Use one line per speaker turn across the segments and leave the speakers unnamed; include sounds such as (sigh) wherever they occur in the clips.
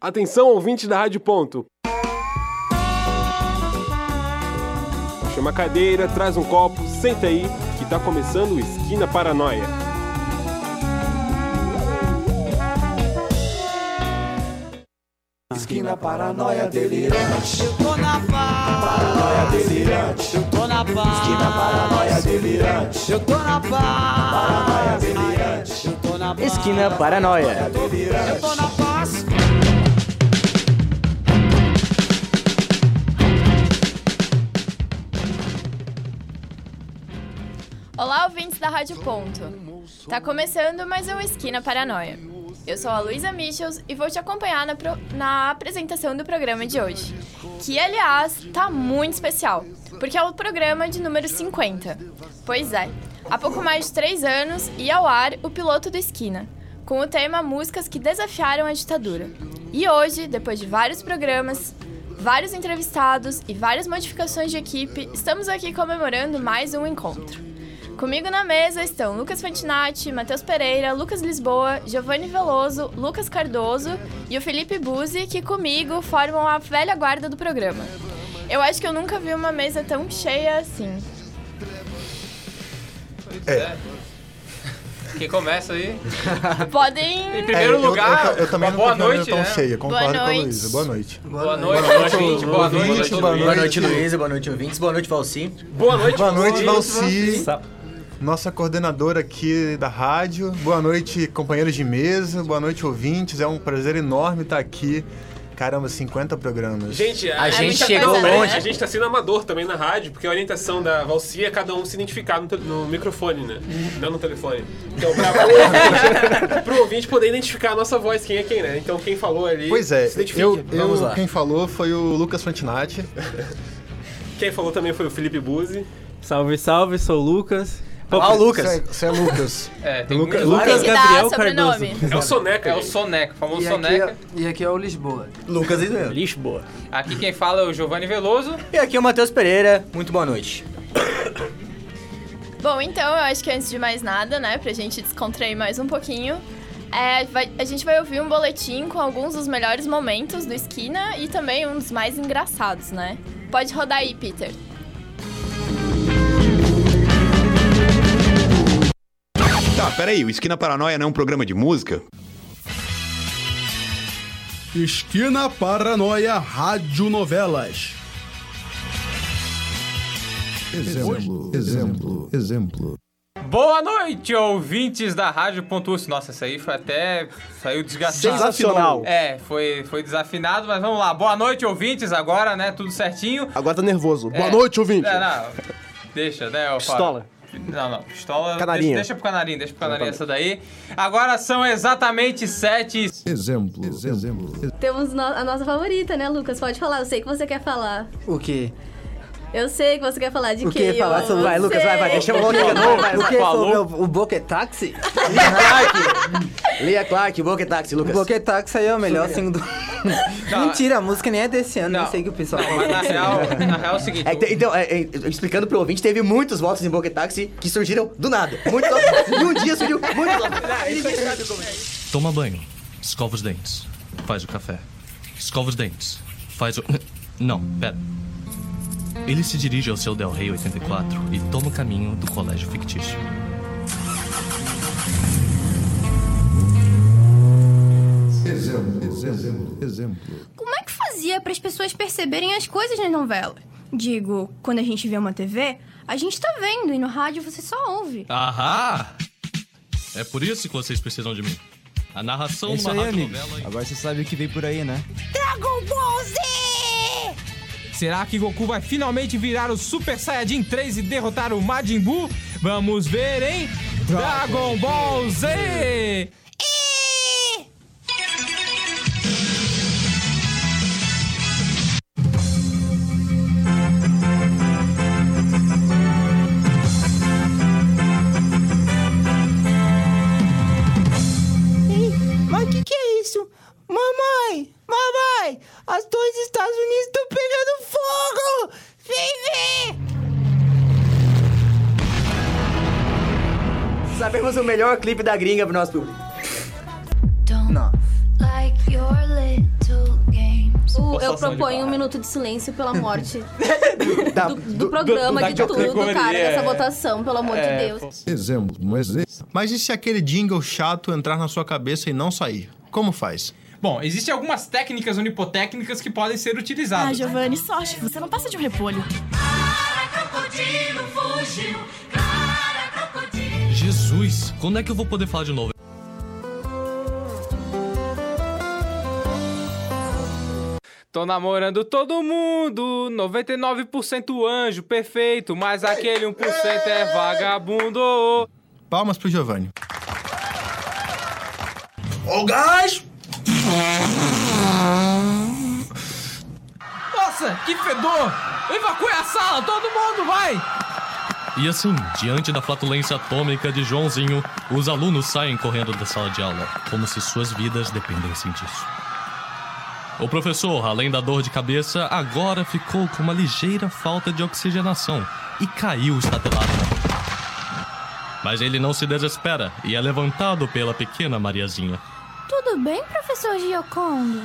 Atenção, ouvintes da Rádio Ponto. Puxa uma cadeira, traz um copo, senta aí, que tá começando o Esquina Paranoia.
Esquina paranoia delirante,
Eu tô na paz,
paranoia delirante,
eu tô na paz.
esquina paranoia delirante,
Eu tô na
paranoia
paz,
delirante,
eu tô na paz.
Esquina Paranoia.
Eu tô na
delirante.
paz.
Olá, ouvintes da Rádio Ponto. Tá começando mais um Esquina Paranoia. Eu sou a Luísa Michels e vou te acompanhar na, pro- na apresentação do programa de hoje, que, aliás, tá muito especial, porque é o programa de número 50. Pois é, há pouco mais de três anos ia ao ar o piloto do Esquina, com o tema Músicas que desafiaram a ditadura. E hoje, depois de vários programas, vários entrevistados e várias modificações de equipe, estamos aqui comemorando mais um encontro. Comigo na mesa estão Lucas Fantinati, Matheus Pereira, Lucas Lisboa, Giovanni Veloso, Lucas Cardoso e o Felipe Buzzi, que comigo formam a velha guarda do programa. Eu acho que eu nunca vi uma mesa tão
(laughs)
cheia assim.
Quem começa aí?
Podem.
Em primeiro
É, eu-
lugar,
eu, eu, também
uma
não
boa
tenho uma
noite,
tão
né?
cheia, concordo
Boa
com a
noite.
Luísa. Boa noite.
Boa noite, boa noite, ouvinte, boa noite,
ouvinte,
boa
boa
noite.
Boa noite, Luísa. Boa noite, ouvintes. Boa noite, Valci.
Boa noite,
Boa
Valdir.
noite, Valci. Nossa coordenadora aqui da rádio. Boa noite, companheiros de mesa. Boa noite, ouvintes. É um prazer enorme estar aqui. Caramba, 50 programas.
Gente,
A gente
muita
chegou
coisa, né?
longe.
A gente tá sendo amador também na rádio, porque a orientação da Valci é cada um se identificar no, te- no microfone, né? Não no telefone. Então, pra, pro,
(laughs)
ouvinte, (laughs) pro ouvinte poder identificar a nossa voz, quem é quem, né? Então, quem falou ali.
Pois é,
se identifique.
eu,
Vamos
eu-
lá.
quem falou foi o Lucas Fantinati.
Quem falou também foi o Felipe Buzzi.
Salve, salve, sou o Lucas.
Olá, Ah, o Lucas.
Você é Lucas. (laughs)
É, tem
Lucas,
muito-
Tem
Lucas
que dar
Gabriel
sobrenome.
Cardoso.
É o Soneca.
É o
gente.
Soneca, o famoso
E
Soneca.
aqui, e aqui é o Lisboa.
Lucas isso mesmo.
Lisboa.
Aqui quem fala é o Giovanni Veloso.
E aqui é o Matheus Pereira. Muito boa noite.
(laughs) Bom, então eu acho que antes de mais nada, né, pra gente descontrair mais um pouquinho, é, vai- a gente vai ouvir um boletim com alguns dos melhores momentos do Esquina e também um dos mais engraçados, né? Pode rodar aí, Peter.
Tá, peraí, o Esquina Paranoia não é um programa de música?
Esquina Paranoia Rádio Novelas.
Exemplo, exemplo, exemplo.
Boa noite, ouvintes da Rádio.us. Nossa, isso aí foi até. saiu desgastado.
Sensacional.
É, foi, foi desafinado, mas vamos lá. Boa noite, ouvintes, agora, né? Tudo certinho.
Agora tá nervoso.
Boa noite, ouvinte. É, não. Deixa, né, eu
Pistola.
Não, não. Pistola.
Canarinha.
Deixa, deixa pro canarinho, deixa pro canarinho essa daí. Agora são exatamente sete.
Exemplo, exemplo.
Temos no- a nossa favorita, né, Lucas? Pode falar, eu sei que você quer falar.
O quê?
Eu sei que você quer falar de
O
quem
que falar
eu
sobre... Vai, Lucas, vai, vai, deixa eu falar. O que
Falou.
sobre o, o Boca Táxi?
Leia Clark, Boca Taxi,
O
Lucas.
Boca Táxi aí é o melhor single do...
Não,
Mentira, a música nem é desse ano,
Não.
não sei o que o pessoal
Não, mas na real, na real é o seguinte.
É, te- então, é, é, explicando pro ouvinte, teve muitos votos em Boca Taxi que surgiram do nada. Muitos votos. Em um dia surgiu muitos votos.
Toma banho, escova os dentes, faz o café. Escova os dentes, faz o. (laughs) Não, pera. Ele se dirige ao seu Del Rey 84 e toma o caminho do colégio fictício.
Exemplo, exemplo, exemplo.
Como é que fazia para as pessoas perceberem as coisas nas novelas? Digo, quando a gente vê uma TV, a gente tá vendo e no rádio você só ouve.
Ahá! É por isso que vocês precisam de mim. A
É
narração de uma é radionovela.
Agora você sabe o que vem por aí, né?
Será que Goku vai finalmente virar o Super Saiyajin 3 e derrotar o Majin Buu? Vamos ver, hein? Dragon Ball Z!
Mas o que que é isso? Mamãe! Mamãe! As torres dos Estados Unidos estão pegando fogo! Vem ver!
Sabemos o melhor clipe da gringa pro nosso público.
Não.
Like your little
O-
Posso
eu
só lhe
proponho
falar?
um minuto de silêncio pela
(laughs)
morte
Da-
do, do programa,
do-
de
da
tudo,
categoria,
cara,
é.
dessa votação, pelo amor
É,
de Deus.
Exemplo, um exemplo. Mas e se aquele jingle chato entrar na sua cabeça e não sair? Como faz?
Bom, existem algumas técnicas unipotécnicas que podem ser utilizadas.
Giovanni, sorte, você não passa de um repolho.
Crocodilo fugiu.
Jesus, quando é que eu vou poder falar de novo?
Tô namorando todo mundo, 99% anjo perfeito, mas aquele 1% é vagabundo.
Palmas pro Giovanni.
Ô gás!
Nossa, que fedor! Evacue a sala, todo mundo, vai!
E assim, diante da flatulência atômica de Joãozinho, os alunos saem correndo da sala de aula, como se suas vidas dependessem disso. O professor, além da dor de cabeça, agora ficou com uma ligeira falta de oxigenação e caiu estatelado. Mas ele não se desespera e é levantado pela pequena Mariazinha.
Tudo bem, professor Giocondo?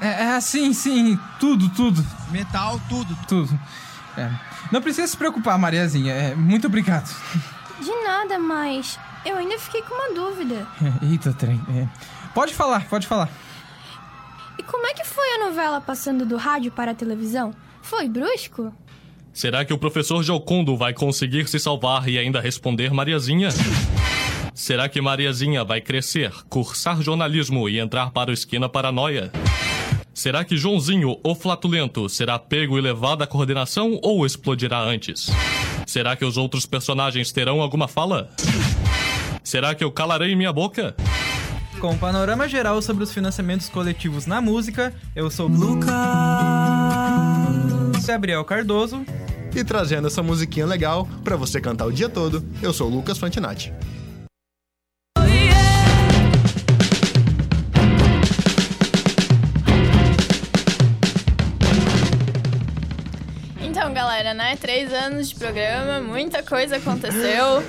É, é, sim, sim, tudo, tudo. Metal, tudo. Tudo. É. Não precisa se preocupar, Mariazinha. É, muito obrigado. (laughs)
De nada, mas eu ainda fiquei com uma dúvida.
Eita, trem. É. Pode falar, pode falar.
E como é que foi a novela passando do rádio para a televisão? Foi brusco?
Será que o professor Jocondo vai conseguir se salvar e ainda responder Mariazinha? Será que Mariazinha vai crescer, cursar jornalismo e entrar para o Esquina Paranoia? Será que Joãozinho, o flatulento, será pego e levado à coordenação ou explodirá antes? Será que os outros personagens terão alguma fala? Será que eu calarei minha boca?
Com o panorama geral sobre os financiamentos coletivos na música, eu sou
Lucas
Gabriel Cardoso.
E trazendo essa musiquinha legal pra você cantar o dia todo, eu sou o Lucas Fantinati.
Então, galera, né? Três anos de programa, muita coisa aconteceu.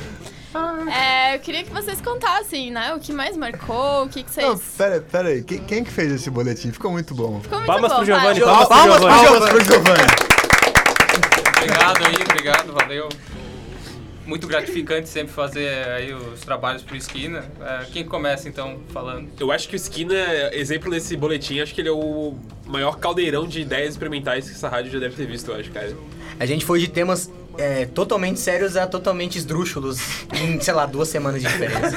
É, eu queria que vocês contassem, né? O que mais marcou, o que, que vocês.
Não, pera, pera aí. Quem, quem que fez esse boletim? Ficou muito bom.
Ficou muito Palmas bom, pro
Giovanni, vai.
Palmas,
palmas
palmas
pro
pro Giovanni.
Giovanni.
Palmas pro Giovanni.
Obrigado aí, obrigado, valeu. Muito gratificante sempre fazer aí os trabalhos pro Esquina. É, quem começa então falando?
Eu acho que o Skinner, é exemplo desse boletim, acho que ele é o maior caldeirão de ideias experimentais que essa rádio já deve ter visto, eu acho, cara.
A gente foi de temas é, totalmente sérios a totalmente esdrúxulos em, sei lá, duas semanas de diferença.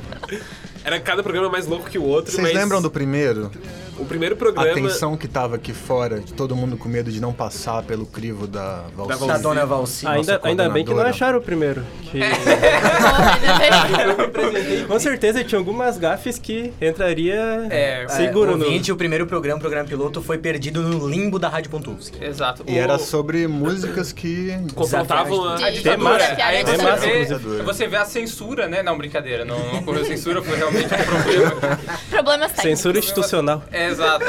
(laughs)
Era cada programa mais louco que o outro,
Vocês
mas
lembram do primeiro?
o primeiro é- programa...
A tensão que tava aqui fora, de todo mundo com medo de não passar pelo crivo da Valci.
Da dona Valci.
Nossa
Ainda- ainda
Ainda bem que não
é
coordenadora.
acharam o primeiro. que- Com certeza tinha algumas gafes que entraria
É
É,
É,
seguro
o
no.
É, ouvinte, o primeiro programa, o programa piloto, foi perdido no limbo da Rádio Pontus.
Exato. né?
E era sobre músicas que
Confrontavam a- a
ditadura. Aí você vê,
Ditadura.
você vê a censura, né? Não, brincadeira, não, não ocorreu censura, foi realmente um problema.
Problemas técnicos.
Censura institucional.
É, exato.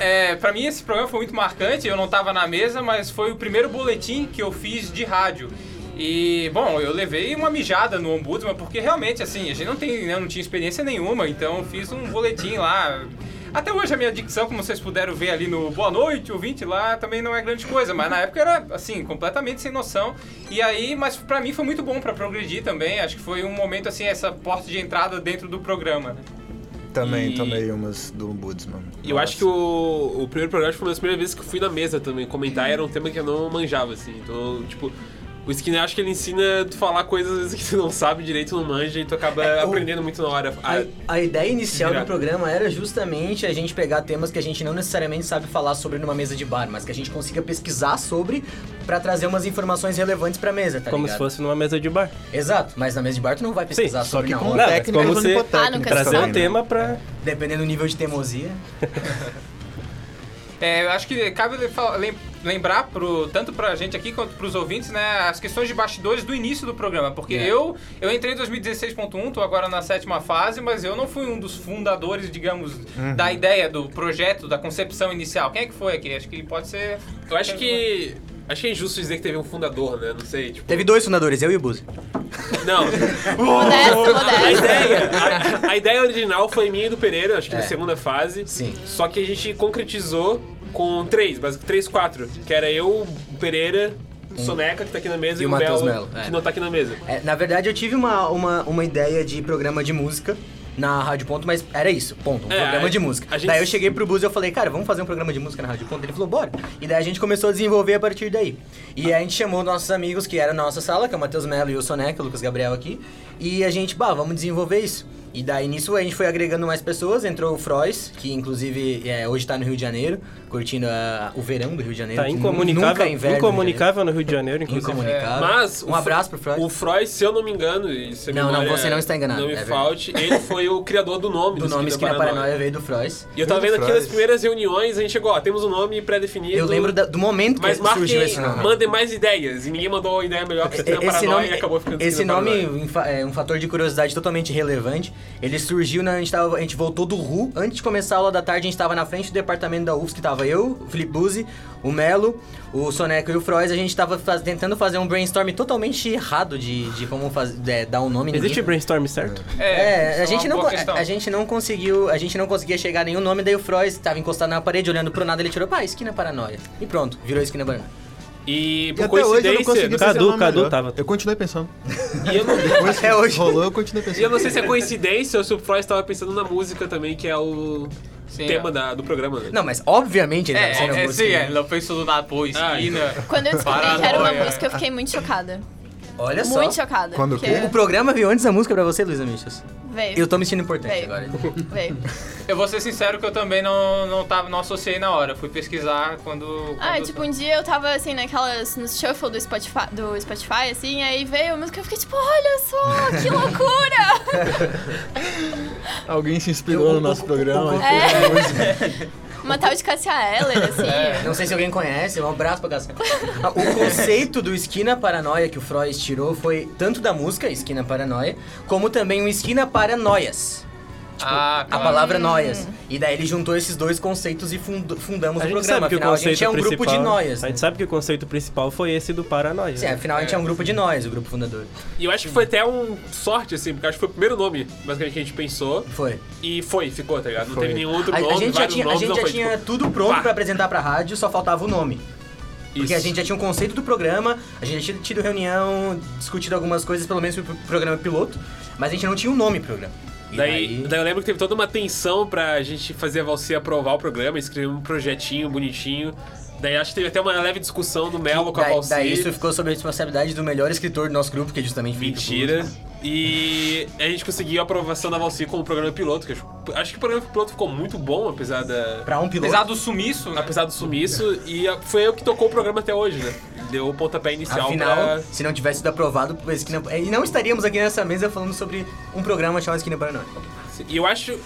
É, pra mim esse programa foi muito marcante, eu não tava na mesa, mas foi o primeiro boletim que eu fiz de rádio. E, bom, eu levei uma mijada no Ombudsman, porque realmente, assim, a gente não, tem, né, não tinha experiência nenhuma, então eu fiz um boletim lá. Até hoje a minha dicção, como vocês puderam ver ali no Boa Noite, ouvinte lá, também não é grande coisa, mas na época era, assim, completamente sem noção. E aí, mas pra mim foi muito bom pra progredir também, acho que foi um momento, assim, essa porta de entrada dentro do programa. né?
Também
E-
tomei umas do Ombudsman.
E eu acho que o, o primeiro programa acho que foi uma das primeiras vezes que eu fui na mesa também comentar, era um tema que eu não manjava, assim. Então, tipo, o Skinner acho que ele ensina tu falar coisas (laughs) às vezes, que tu não sabe direito, não manja, e tu acaba
É,
aprendendo muito na hora. Ah,
A, a ideia inicial
Virar.
do programa era justamente a gente pegar temas que a gente não necessariamente sabe falar sobre numa mesa de bar, mas que a gente consiga pesquisar sobre pra trazer umas informações relevantes pra mesa, tá
Como
ligado?
se fosse numa mesa de bar.
Exato, mas na mesa de bar tu não vai pesquisar
Sim, só
sobre
que
na
com
é
hora.
técnicas Como se- unipotécnicas Ah, nunca trazer um também, né? tema pra...
Dependendo do nível de teimosia.
É, eu acho que cabe le- fa- lem- lembrar pro, tanto pra gente aqui quanto pros ouvintes, né, as questões de bastidores do início do programa, porque
É.
eu eu entrei em 2016.1, tô agora na sétima fase, mas eu não fui um dos fundadores, digamos,
Uhum.
da ideia do projeto, da concepção inicial. Quem é que foi aqui? Acho que pode ser
Eu acho que Acho que é injusto dizer que teve um fundador, né? Não sei, tipo.
Teve dois fundadores, eu e o Buzi.
Não.
(laughs)
Modesto,
A ideia, a, a ideia original foi minha e do Pereira, acho que
É.
na segunda fase. Sim. Só que a gente concretizou com três, basicamente três, quatro. Que era eu, o Pereira, o Soneca, que tá aqui na mesa,
Um. E
e,
o
o
Matheus
Melo,
Melo, é.
que não tá aqui na mesa.
É, na verdade, eu tive uma, uma, uma ideia de programa de música na Rádio Ponto, mas era isso, ponto, um
É,
programa
a-
de música.
a gente-
Daí eu cheguei pro Buzz e eu falei, cara, vamos fazer um programa de música na Rádio Ponto? Ele falou, bora. E daí a gente começou a desenvolver a partir daí. E a gente chamou nossos amigos, que era a nossa sala, que é o Matheus Melo e o Soneca, o Lucas Gabriel aqui, e a gente, bah, vamos desenvolver isso. E daí nisso a gente foi agregando mais pessoas, entrou o Frois, que inclusive é, hoje tá no Rio de Janeiro, curtindo a- o verão do Rio de Janeiro.
Tá
que
incomunicável,
nunca é inverno,
incomunicável no Rio de Janeiro, inclusive.
Incomunicável.
É, Mas
Um abraço pro Freud.
O Freud, se eu não me engano, e se a
Não, não,
memória
você não está enganado,
Não me
é verdade.
falte, ele foi o criador do nome
Do nome Esquina Paranoia veio do Freud.
E eu tava
Veio
vendo
do
aqui nas
Freud.
primeiras reuniões, a gente chegou, ó, temos um nome pré-definido.
Eu lembro da- do momento que
mas marquem,
surgiu esse nome.
mandem mais ideias. E ninguém mandou uma ideia melhor que
E-
Esquina
Esse
Paranoia
nome, é-
e acabou ficando
esse
Esquina
nome
Paranoia.
infa- é um fator de curiosidade totalmente relevante. Ele surgiu, na, a, gente tava- a gente voltou do RU. Antes de começar a aula da tarde, a gente estava na frente do departamento da UFS, que tava eu, o Felipe Buzzi, o Melo, o Soneca e o Frois. A gente estava tentando fazer um brainstorm totalmente errado de, de como faz, é, dar um nome.
Existe
ninguém-
brainstorm, certo?
É,
isso é
a gente,
uma
não,
boa
co-
questão.
a, a gente não conseguiu, a gente não conseguia chegar a nenhum nome, daí o Freud estava encostado na parede, olhando pro nada, ele tirou, pá, esquina paranoia. E pronto, virou esquina paranoia.
E
por
coincidência-
pensar
Cadu,
numa
Cadu
melhor.
tava-
Eu continuei pensando.
E eu não...
Depois que rolou, eu continuei pensando.
E eu não sei se é coincidência ou se o Freud tava pensando na música também, que é o tema
é.
da- do programa. Né?
Não, mas obviamente ele
É,
tava sendo
é, é
música,
sim,
né?
é. Não pensou no Napo,
Ah, então.
esquina.
Quando eu descobri que era uma
Paranoia.
música, eu fiquei muito chocada.
Olha É só.
Muito chocada.
Quando
porque-
o programa veio antes da música pra você, Luísa Michels.
Veio.
Eu tô me sentindo importante
Veio.
agora.
Veio.
Eu vou ser sincero que eu também não, não, tava, não associei na hora. Fui pesquisar quando.
Ah,
quando-
tipo, um dia eu tava assim, naquelas. no shuffle do Spotify, do Spotify, assim, aí veio a música e eu fiquei tipo, olha só,
(laughs)
que loucura!
Alguém se inspirou no nosso programa.
É.
É.
(laughs)
Uma tal de Cassia Eller, assim.
Não sei se alguém conhece, um abraço pra Gasca. Ah, (laughs) O conceito do Esquina Paranoia que o Freud tirou foi tanto da música Esquina Paranoia, como também o Esquina Paranoias.
tipo,
ah,
A palavra é noias. E daí ele juntou esses dois conceitos e fundo- fundamos
A
o
gente
programa.
sabe que o
Afinal, a
conceito
gente é um
principal,
grupo de noias.
A gente sabe que o conceito principal foi esse do né? paranoia.
Sim, afinal a gente é um grupo de nós, o grupo fundador.
E eu acho que foi até um sorte, assim, porque acho que foi o primeiro nome basicamente, que a gente pensou.
Foi.
E foi, ficou, tá ligado? Não
Foi.
teve nenhum outro
a,
nome,
a gente já
vários
tinha, a
nomes,
gente
não
já
foi,
tinha
tipo,
tudo pronto
pá.
pra apresentar pra rádio, só faltava o nome. Porque a
Isso.
gente já tinha um conceito do programa, a gente já tinha tido reunião, discutido algumas coisas, pelo menos pro programa piloto, mas a gente não tinha um nome pro programa. E
Daí, daí eu lembro que teve toda uma tensão pra gente fazer a Valci aprovar o programa, escrever um projetinho bonitinho. Daí acho que teve até uma leve discussão do Melo com a
daí-
Valci.
daí isso ficou sob a responsabilidade do melhor escritor do nosso grupo, que é justamente Felipe
Mentira.
Pouso.
E a gente conseguiu a aprovação da Valci como programa piloto, que acho, acho que o programa piloto ficou muito bom, apesar da.
Pra um piloto.
Apesar do sumiço, né? Apesar do sumiço, e a- foi eu que tocou o programa até hoje, né? Deu o pontapé inicial
Afinal,
pra.
se não tivesse sido aprovado, por Esquina... É, e não estaríamos aqui nessa mesa falando sobre um programa chamado Esquina Paraná.
E eu acho.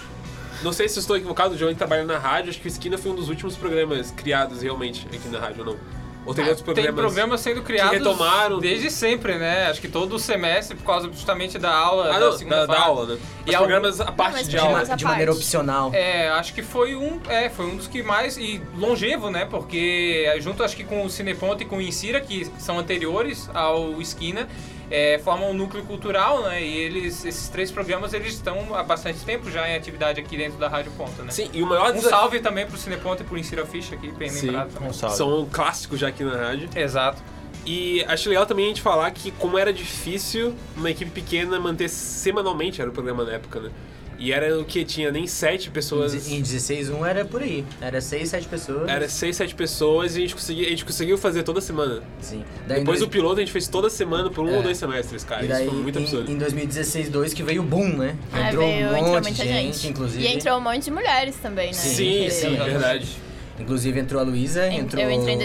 Não sei se eu estou equivocado, o João trabalha na rádio, acho que o Esquina foi um dos últimos programas criados realmente aqui na rádio, ou não? Ou
Ah,
teve outros
Tem
programas?
programas sendo criados
Que retomaram.
desde sempre, né? Acho que todo semestre, por causa justamente da aula,
Ah,
da
não,
segunda
da, da
fase.
aula, né? Os
é
E algum-
programas
um-
a parte de
de, ma-
aula.
de maneira opcional.
É, acho que foi um, é, foi um dos que mais e longevo, né? Porque é, junto acho que com o Cineponto e com o Insira, que são anteriores ao Esquina, é, formam um núcleo cultural, né? E eles, esses três programas, eles estão há bastante tempo já em atividade aqui dentro da Rádio Ponto, né?
Sim, é- e o maior
Um
desa-
salve também pro Cineponto e pro Insira Ficha aqui, bem
um
lembrado também.
São clássicos já aqui na rádio.
Exato.
E acho legal também a gente falar que como era difícil uma equipe pequena manter semanalmente, era o programa na época, né? E era o que? Tinha nem sete pessoas.
Em 16, um era por aí. Era 6, 7 pessoas.
Era seis, sete pessoas e a gente conseguiu, a gente conseguiu fazer toda semana.
Sim. Daí em
Depois
dois-
do piloto a gente fez toda semana por um
É.
ou dois semestres, cara.
e daí,
Isso foi muito absurdo.
em, em 2016, 2 que veio o boom, né?
Aí
Entrou
É, veio,
um monte
entrou
de
muita
gente,
gente.
inclusive.
E entrou um monte de mulheres também, né?
Sim,
Porque
sim, é verdade. Inclusive entrou a Luísa, entrou...
Eu entrei em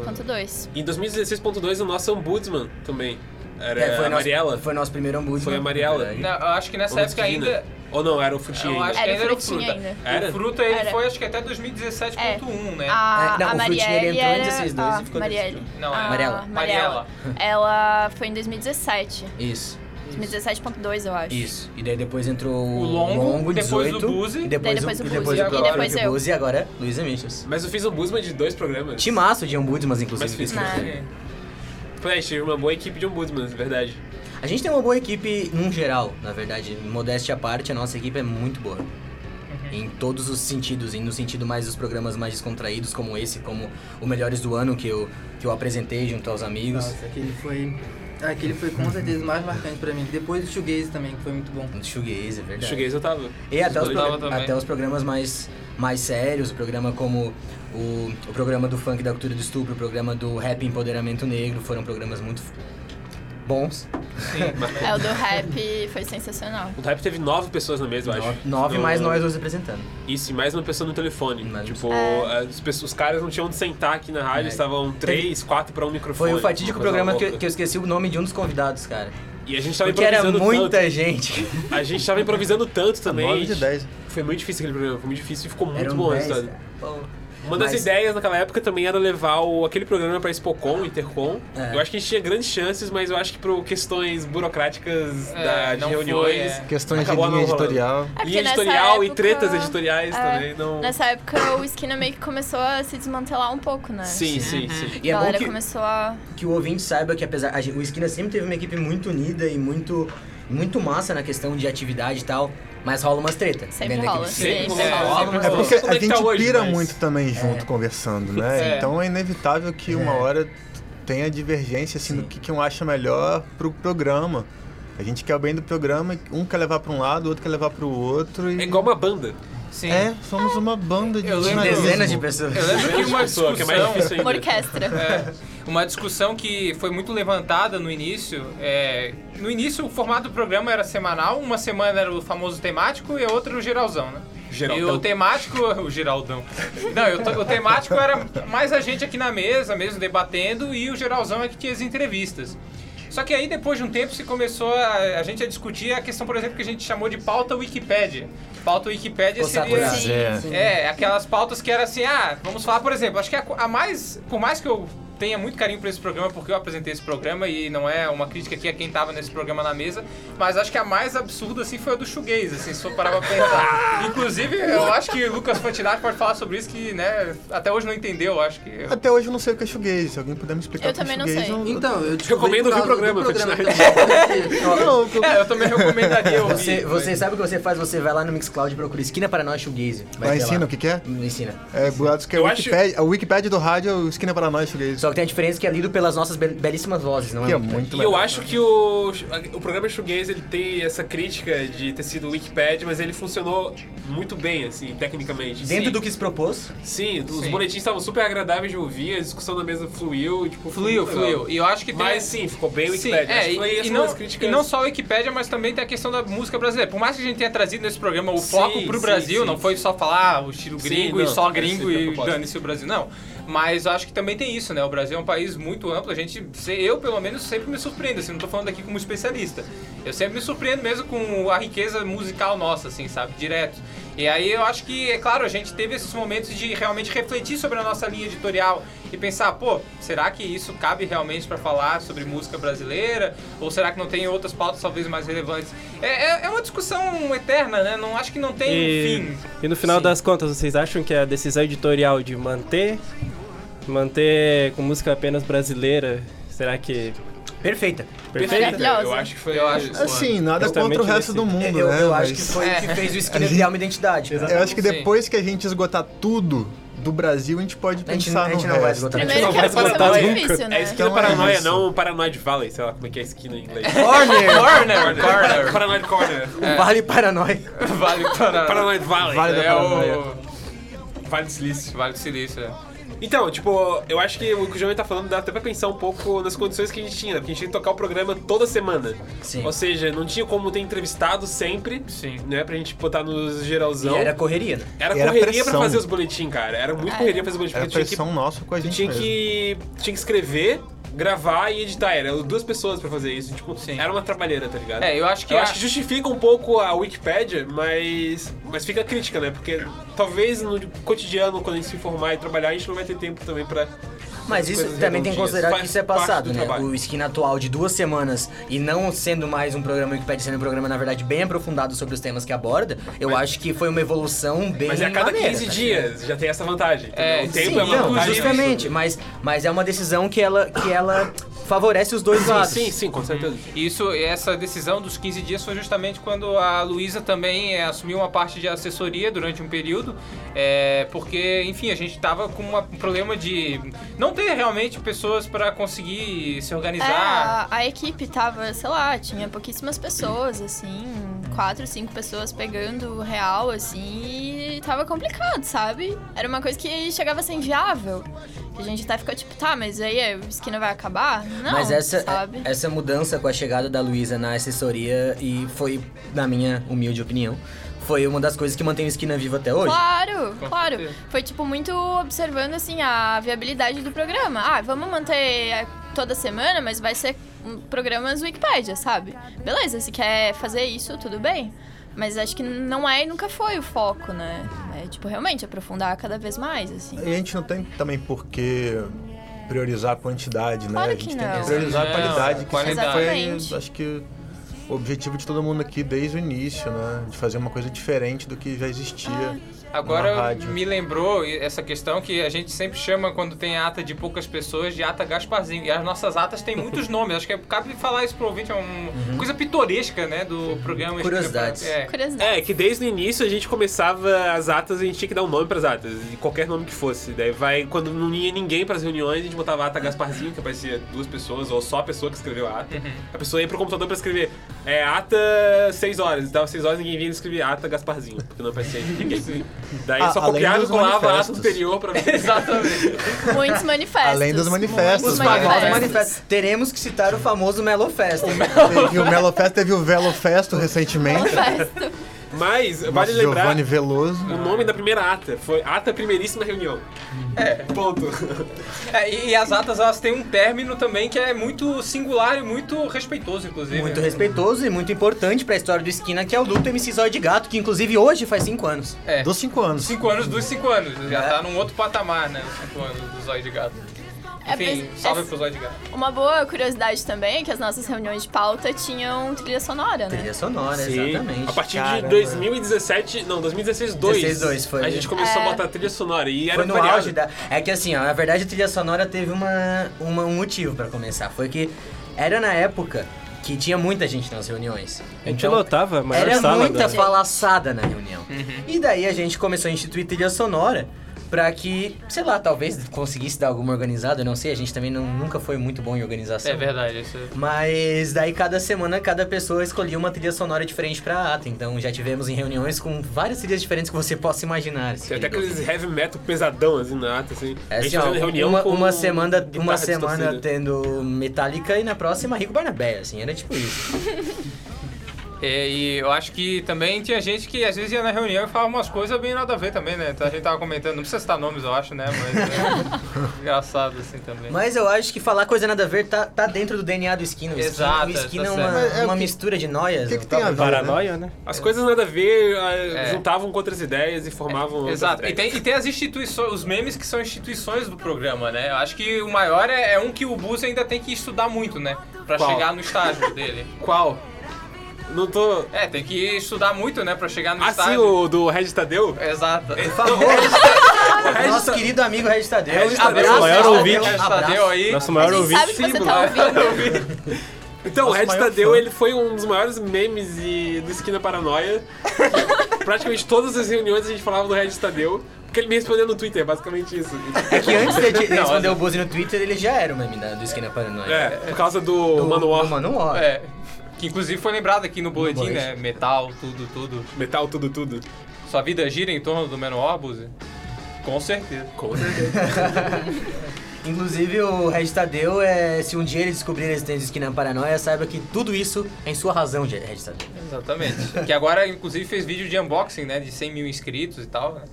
2016.2.
Em 2016.2 o nosso ombudsman também. Era
É, foi
a
nosso-
Mariela.
foi nosso primeiro ombudsman.
Foi a Mariela.
Não, eu acho que nessa
Ou
época
Frutina.
ainda-
Ou não, era o Frutinha
Eu
ainda.
acho que ainda era o Fruta.
Era?
O Fruta ele
Era. Ah.
foi acho que até 2017.1, né?
A,
É, não, o Frutinha,
a
ele
Marielle
entrou em
era-
16.2 e
a
ficou
Marielle.
Não, é.
A
Mariela.
Mariela. Ela foi em 2017.
Isso.
2017.2, eu acho.
Isso. E daí depois entrou o
Longo,
depois
18,
o Buzi.
e
Daí
depois,
depois o
e
Buzi,
depois
e agora-
próprio
depois eu.
Buzi e agora Luiz Emichels.
Mas eu fiz o Busman de dois programas.
Timaço de Ombudsman,
Mas
inclusive.
fiz.
que eu
Né?
escrevi.
É.
Tipo-
Foi, a gente teve uma boa equipe de Ombudsman, na verdade.
A gente tem uma boa equipe num geral, na verdade. Modéstia à parte, a nossa equipe é muito boa.
Uhum.
Em todos os sentidos, e no sentido mais dos programas mais descontraídos, como esse, como o Melhores do Ano, que eu, que eu apresentei junto aos amigos.
Nossa, aquele foi. Aquele foi com certeza o mais marcante pra mim. Depois do Shoegaze também, que foi muito bom.
Do Shoegaze, é verdade.
Cheguei, eu tava.
E até os,
Eu
pro-
tava também.
até os programas mais, mais sérios, o programa como o, o programa do funk da cultura do estupro, o programa do rap empoderamento negro, foram programas muito f- bons.
É, o do rap foi sensacional.
O Hype teve nove pessoas na mesa, eu acho.
Nove
No-
mais nós dois apresentando.
Isso, e mais uma pessoa no telefone. tipo,
É.
as pessoas- os caras não tinham onde sentar aqui na rádio,
É.
estavam três, quatro pra um microfone.
Foi o fatídico
uma coisa
programa que
louca.
eu, que eu esqueci o nome de um dos convidados, cara.
E a gente tava
Porque era
improvisando
muita
tanto.
gente.
A gente tava improvisando tanto também.
nove de dez.
Foi muito difícil aquele programa, foi muito difícil e ficou muito
Eram
bom o
dez,
resultado.
cara.
Uma das
Mas-
ideias naquela época também era levar o- aquele programa pra Expocom, Intercom.
É.
Eu acho que a gente tinha grandes chances, mas eu acho que por questões burocráticas
É,
da, de
não foi,
reuniões.
é.
Questões
acabou
de linha
não rolando.
editorial.
É porque
Linha
nessa
editorial e
época-
tretas editoriais
É,
também não.
Nessa época o Esquina meio que começou a se desmantelar um pouco, né?
Sim, sim, sim.
E a galera começou a.
é que o ouvinte saiba que apesar a gen- o Esquina sempre teve uma equipe muito unida e muito muito massa na questão de atividade e tal, mas rola umas treta.
Sempre
dentro
rola,
daquele-
sempre
Sempre
rola.
rola.
Sempre
umas
É
treta.
porque
Como
a
é que tá
gente
hoje,
pira
mas-
muito também junto conversando, né?
É.
Então é inevitável que uma hora tenha divergência assim do que, que um acha melhor pro programa. A gente quer o bem do programa, e um quer levar pra um lado, o outro quer levar pro outro. E... É
igual uma banda.
Sim.
É, somos uma banda de
Eu lembro-
dezenas de pessoas.
Eu lembro que uma discussão...
Pessoa, que é mais difícil ainda. Uma (laughs)
orquestra.
É, uma discussão que foi muito levantada no início. é, no início, o formato do programa era semanal. Uma semana era o famoso temático e a outra era o geralzão, né?
Geraldão.
E o temático... (laughs) O Geraldão. Não, eu to- o temático era mais a gente aqui na mesa mesmo, debatendo. E o geralzão é que tinha as entrevistas. Só que aí, depois de um tempo, se começou a, a gente a discutir a questão, por exemplo, que a gente chamou de pauta Wikipédia. Pauta Wikipédia
Ficou
seria...
saturado. Sim, sim.
É, aquelas pautas que era assim, ah, vamos falar, por exemplo, acho que a, co- a mais. Por mais que eu tenha muito carinho por esse programa, porque eu apresentei esse programa e não é uma crítica aqui a quem tava nesse programa na mesa, mas acho que a mais absurda assim foi a do Shoegaze, assim, se for parar pra
(laughs)
pensar. Inclusive, eu acho que o Lucas Fantinati pode falar sobre isso, que, né, até hoje não entendeu, eu acho que.
Até hoje eu não sei o que é shoegaze, se alguém puder me explicar
Eu
o que é
também não
shoegaze,
sei.
Então, eu descobri
recomendo
por
ouvir o
causa do
programa,
programa
Ó,
também.
É, eu também recomendaria ouvir.
(laughs) Você, você sabe o que você faz? Você vai lá no Mixcloud e procura Esquina para nós Shoegaze. Vai
Lá
ter
ensina o que, que é?
Não ensina.
(laughs) É, boatos que é
Eu acho-
Wikipédia, a Wikipédia do rádio é o Esquina para nós, shoegaze.
Só que tem a diferença que é lido pelas nossas be- belíssimas vozes, não é?
Que é
Wikipédia.
Uhum.
muito
E eu acho que o, o programa Shoegaze ele tem essa crítica de ter sido Wikipedia, mas ele funcionou muito bem, assim, tecnicamente.
Dentro
Sim.
do que se propôs.
Sim, os
Sim.
boletins estavam super agradáveis de ouvir, a discussão na mesa fluiu, tipo, foi
Fluiu,
muito legal.
fluiu. E eu acho que tem... assim,
Mas sim, ficou bem o Wikipedia.
é,
Acho que
e,
foi
e
essa uma
não,
das críticas.
e não só a Wikipédia, mas também tem a questão da música brasileira. Por mais que a gente tenha trazido nesse programa o foco pro
sim,
Brasil,
sim,
não foi só falar ah, o estilo
Sim,
gringo e
não,
só
esse
gringo
foi a
e
proposta.
dane-se o Brasil, não. Mas eu acho que também tem isso, né? O Brasil é um país muito amplo. A gente, se- eu pelo menos, sempre me surpreendo, assim, não tô falando aqui como especialista. Eu sempre me surpreendo mesmo com a riqueza musical nossa, assim, sabe? Direto. E aí eu acho que, é claro, a gente teve esses momentos de realmente refletir sobre a nossa linha editorial e pensar, pô, será que isso cabe realmente pra falar sobre música brasileira? Ou será que não tem outras pautas talvez mais relevantes? É, é- é uma discussão eterna, né? Não acho que não tem
E,
fim.
e no final das contas, vocês acham que a decisão editorial de manter, manter com música apenas brasileira, será que...
Perfeita.
Perfeita?
Eu acho que foi. Eu acho
Assim, nada contra o resto do mundo,
Eu,
né?
eu acho
mas-
que foi o que fez o
A
Esquina
gente-
criar uma identidade. né?
Eu acho que depois que a gente esgotar tudo do Brasil, a gente pode
A gente
pensar
não- a gente
no
não vai
resto.
esgotar. Primeiro que era pra ser muito difícil, né?
É esquina
Então é
paranoia,
isso.
não paranoid valley, sei lá como é que é esquina em inglês. (laughs)
(laughs)
Corner.
corner,
Corner.
corner. Paranoid corner.
Vale Paranoia.
(laughs) Vale para...
Paranoid Valley.
Vale da
é
Paranoia.
o... Vale do Silício.
Vale do Silício, é.
Então, tipo, eu acho que o que o Jovem tá falando dá até pra pensar um pouco nas condições que a gente tinha, né? porque a gente tinha que tocar o programa toda semana.
Sim.
Ou seja, não tinha como ter entrevistado sempre, Sim. né, pra gente botar nos geralzão.
E era correria, né?
Era
E era
correria pra
pressão.
fazer os boletins, cara. Era muito correria pra fazer os boletins.
Era
porque tu tinha
pressão
que-
nossa com a
tu
gente
tinha
mesmo.
que tinha que escrever, gravar e editar. Era duas pessoas pra fazer isso. Tipo, era uma trabalheira, tá ligado?
É, eu acho que
Eu
a-
acho que justifica um pouco a Wikipédia, mas mas fica a crítica, né? Porque talvez no cotidiano, quando a gente se formar e trabalhar, a gente não vai ter tempo também pra
Mas isso
coisas
também tem
redondinhas.
que considerar que
Faz
isso é
parte
passado,
do
né?
trabalho.
O skin atual de duas semanas e não sendo mais um programa que pede sendo um programa, na verdade, bem aprofundado sobre os temas que aborda, eu acho que foi uma evolução bem.
Mas é a cada
maneira,
15
tá?
dias, já tem essa vantagem. entendeu?
É,
o tempo
um
sim,
é uma
não,
vantagem.
Justamente, mas, mas é uma decisão que ela, que ela favorece os dois lados.
sim,
sim, com certeza.
Isso, essa decisão dos 15 dias foi justamente quando a Luísa também eh, assumiu uma parte de assessoria durante um período, eh, porque, enfim, a gente tava com uma- um problema de não ter realmente pessoas para conseguir se
É,
organizar.
a, a equipe tava, sei lá, tinha pouquíssimas pessoas, assim, quatro, cinco pessoas pegando o real, assim, e tava complicado, sabe? Era uma coisa que chegava a ser inviável. Que a gente até ficou tipo, tá, mas aí o esquina vai acabar? Não,
Mas essa, é,
sabe?
essa mudança com a chegada da Luísa na assessoria e foi, na minha humilde opinião, foi uma das coisas que mantém o Esquina vivo até hoje.
Claro,
Com
claro.
certeza.
Foi tipo muito observando assim a viabilidade do programa. Ah, vamos manter eh, toda semana, mas vai ser um, programas Wikipedia, sabe? Beleza, se quer fazer isso, tudo bem. Mas acho que não é e nunca foi o foco, né? É tipo realmente aprofundar cada vez mais assim.
E a gente não tem também por que priorizar a quantidade, né?
Claro
a gente
que
tem
não.
que priorizar
Não,
a qualidade, que
qualidade.
sempre
Exatamente.
foi, acho que, o objetivo de todo mundo aqui desde o início, né? De fazer uma coisa diferente do que já existia
Ah.
na
Agora
rádio.
me lembrou essa questão que a gente sempre chama quando tem ata de poucas pessoas de ata Gasparzinho. E as nossas atas têm muitos nomes. Acho que é, cabe falar isso pro ouvinte, é uma coisa pitoresca, né, do programa.
Curiosidades.
É.
É, que desde o início a gente começava as atas e a gente tinha que dar um nome pras atas, e qualquer nome que fosse. Daí vai, quando não ia ninguém pras reuniões, a gente botava a ata Gasparzinho, que aparecia duas pessoas, ou só a pessoa que escreveu a ata. A pessoa ia pro computador pra escrever é, ata 6 horas, dava 6 horas ninguém vinha e escrevia ata Gasparzinho, porque não aparecia ninguém. Daí
Ah,
só
além
copiava e
dos
colava a ata
manifestos.
anterior pra ver. Exatamente.
(laughs)
Muitos manifestos.
Além dos manifestos,
Os
né?
é.
famosos manifestos. Teremos que citar o famoso né? Melo Fest.
Teve o Melo Fest, teve o Velo Festo recentemente.
Mas
Nosso
vale lembrar.
Giovanni Veloso.
O nome da primeira ata foi ata primeiríssima reunião. É. Ponto.
É, e, e as atas elas têm um término também que é muito singular e muito respeitoso, inclusive.
Muito
né?
respeitoso e muito importante pra história do Esquina, que é o duplo MC Zóio de Gato, que inclusive hoje faz 5 anos.
É.
Dos 5 anos.
5 anos dos 5 anos. Já tá num outro patamar, né? Os 5 anos do Zóio de Gato.
É,
Enfim,
mas-
salve
é-
pro Zóio de Gato.
Uma boa curiosidade também é que as nossas reuniões de pauta tinham trilha sonora, né?
Trilha sonora,
Sim.
exatamente.
A partir
Caramba.
de 2017, não, 2016 2.
16 2 foi.
A gente começou
É.
a botar trilha sonora e era
Foi no
variado.
auge da. É que assim, ó, na verdade a trilha sonora teve uma, uma- um motivo pra começar. Foi que era na época que tinha muita gente nas reuniões. Então,
A gente lotava a maior
Era
sala
muita
da-
falaçada na reunião. E daí a gente começou a instituir trilha sonora pra que, sei lá, talvez conseguisse dar alguma organizada, eu não sei, a gente também não- nunca foi muito bom em organização.
É verdade, isso é.
Mas daí cada semana cada pessoa escolhia uma trilha sonora diferente pra ata. Então já tivemos em reuniões com várias trilhas diferentes que você possa imaginar. assim.
Tem até aqueles heavy metal pesadão, assim, na ata, assim.
É
a gente
assim, ó,
fazendo reunião
uma,
com assim, né?
uma semana,
guitarra
uma semana
distorcida.
tendo Metallica e na próxima Rico Barnabé, assim, era tipo isso.
É, e eu acho que também tinha gente que às vezes ia na reunião e falava umas coisas bem nada a ver também, né? Então a gente tava comentando, não precisa citar nomes, eu acho, né? Mas é engraçado assim também.
Mas eu acho que falar coisa nada a ver tá, tá dentro do DNA do Skin. O Skin,
Exato,
o Skin
tá
é
certo.
uma,
É, o
uma
que-
mistura de noias. O que,
tem a ver, né? Paranoia,
né?
As coisas nada a ver, ah,
É.
juntavam com outras ideias e
É,
formavam. outras
Exato. E
ideias.
tem, e tem as instituições, os memes que são instituições do programa, né? Eu acho que o maior é, é um que o Buzz ainda tem que estudar muito, né? Pra
Qual?
chegar no estágio dele.
Qual? Não tô.
É, tem que estudar muito, né? Pra chegar no
Ah, sim,
estágio.
o do Regis Tadeu?
Exato.
(laughs)
Nosso querido amigo Regis
É,
Tadeu. abraço,
Nosso maior
Regis
ouvinte.
Tadeu,
Regis Tadeu
abraço.
aí. Nosso maior A gente ouvinte. sabe que você tá ouvindo. Então, o
Nosso
Red
maior
Tadeu,
fã.
ele foi um dos maiores memes e do Esquina Paranoia. Praticamente todas as reuniões a gente falava do Red Tadeu, porque ele me respondeu no Twitter, basicamente isso.
É que antes de de
Não,
responder o Buzz no Twitter, ele já era o meme da- do Skin Paranoia.
É, por causa do, Manowar.
Manowar.
É. Que inclusive foi lembrado aqui no boletim,
boletim.
né? Metal, tudo, tudo.
Metal, tudo, tudo.
Sua vida gira em torno do menor Buzz? Com certeza.
Com certeza.
Inclusive, o Regis Tadeu, é, se um dia ele descobrir a existência do Esquina Paranoia, saiba que tudo isso é em sua razão, Regis Tadeu.
(laughs) Exatamente. que agora, inclusive, fez vídeo de unboxing, né? De 100 mil inscritos e tal. Né?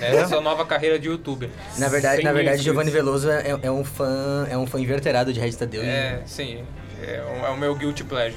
É.
Essa é a nova carreira de youtuber.
Na verdade,
100
na
mil
verdade,
inscritos.
Giovanni Veloso é, é um fã, é um fã inverterado de Regis Tadeu.
É, sim. É, o- é o meu guilty pleasure.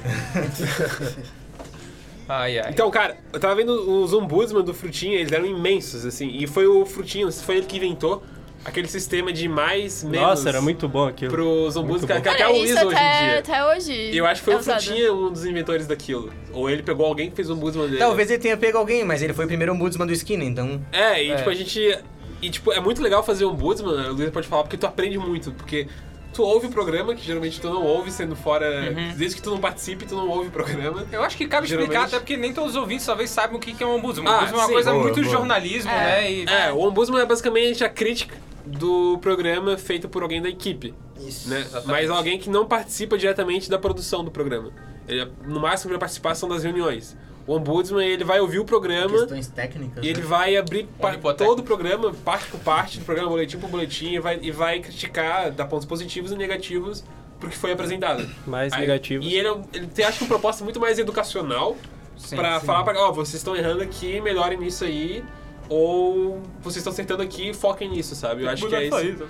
(laughs)
ai, ai.
Então, cara, eu tava vendo os ombudsman do Frutinha, eles eram imensos, assim, e foi o Frutinha, foi ele que inventou aquele sistema de mais, menos...
Nossa, era muito bom aquilo.
Pros ombus que, que até
Cara,
o
É, isso
ISO hoje em
até, é
dia.
até hoje.
Eu acho que foi
é
o
usado.
Frutinha um dos inventores daquilo. Ou ele pegou alguém que fez o ombudsman dele.
Talvez ele tenha pego alguém, mas ele foi o primeiro ombudsman do Skinner, então.
É, e tipo, a gente. E tipo, é muito legal fazer ombudsman, o Luiz pode falar, porque tu aprende muito, porque. Tu ouve o programa, que geralmente tu não ouve sendo fora. Desde que tu não participe, tu não ouve o programa.
É um
Eu acho que cabe explicar,
Geralmente-
até porque nem todos os ouvintes talvez saibam o que que é um ombudsman.
Ah,
ombudsman é uma
sim.
coisa
Boa,
muito
boa.
jornalismo,
É.
né? E...
É, o Ombudsman é basicamente a crítica do programa feita por alguém da equipe. Isso. Mas alguém que não participa diretamente da produção do programa. Ele, é- no máximo, ele vai participar são das reuniões. O Ombudsman, ele vai ouvir o programa.
Questões técnicas.
E ele
né?
vai abrir pa- todo o programa, parte por parte do programa, boletim por boletim, e vai, e vai criticar, dar pontos positivos e negativos pro que foi apresentado.
Mais
Aí-
negativos.
E ele, é um- ele tem, acho que, uma proposta muito mais educacional
Sim,
pra
sim.
falar pra ó, vocês estão errando aqui, melhorem nisso aí, ou vocês estão acertando aqui, foquem nisso, sabe? Eu acho que
mudar
é
isso
isso.
aí,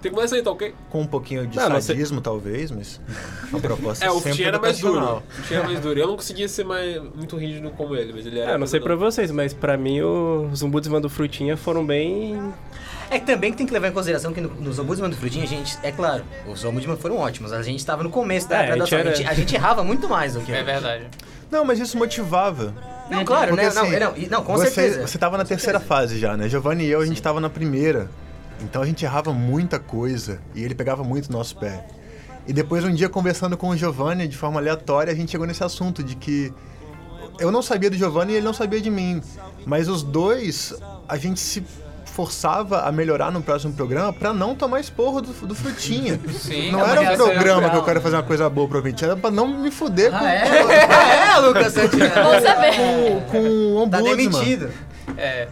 Tem que começar aí, tá ok?
Com um pouquinho de
Não, não sei.
sadismo, talvez, mas a proposta
(laughs) É, o
sempre
Fitch era mais duro.
educacional.
O Fitch era mais duro. Eu não conseguia ser mais, muito rígido como ele, mas ele era.
É, eu não sei
mais
pra vocês, mas pra mim o- os ombudsman do Frutinha foram bem.
É que também que tem que levar em consideração que no- nos ombudsman do Frutinha, a gente, é claro, os ombudsman foram ótimos, a gente estava no começo da
É, a gente
graduação, a
era-
gente, a gente errava muito mais do que.
É
verdade.
Não, mas isso motivava.
Não, claro,
Porque,
né? Não,
assim,
não, e- não, com
você,
certeza.
Você tava na terceira fase já, né? Giovanni e eu, a gente tava na primeira. Então a gente errava muita coisa e ele pegava muito nosso pé. E depois, um dia, conversando com o Giovanni de forma aleatória, a gente chegou nesse assunto de que eu não sabia do Giovanni e ele não sabia de mim. Mas os dois, a gente se forçava a melhorar no próximo programa pra não tomar esporro do,
(laughs)
do Frutinha.
Sim,
não
é uma
era um
reação
programa que eu
natural,
quero fazer uma coisa boa pro ouvinte, era pra não me fuder com...
Ah, é? É, Lucas Santana. Bom saber.
(laughs)
Com, com o
Tá
ombudsman.
demitido.
É.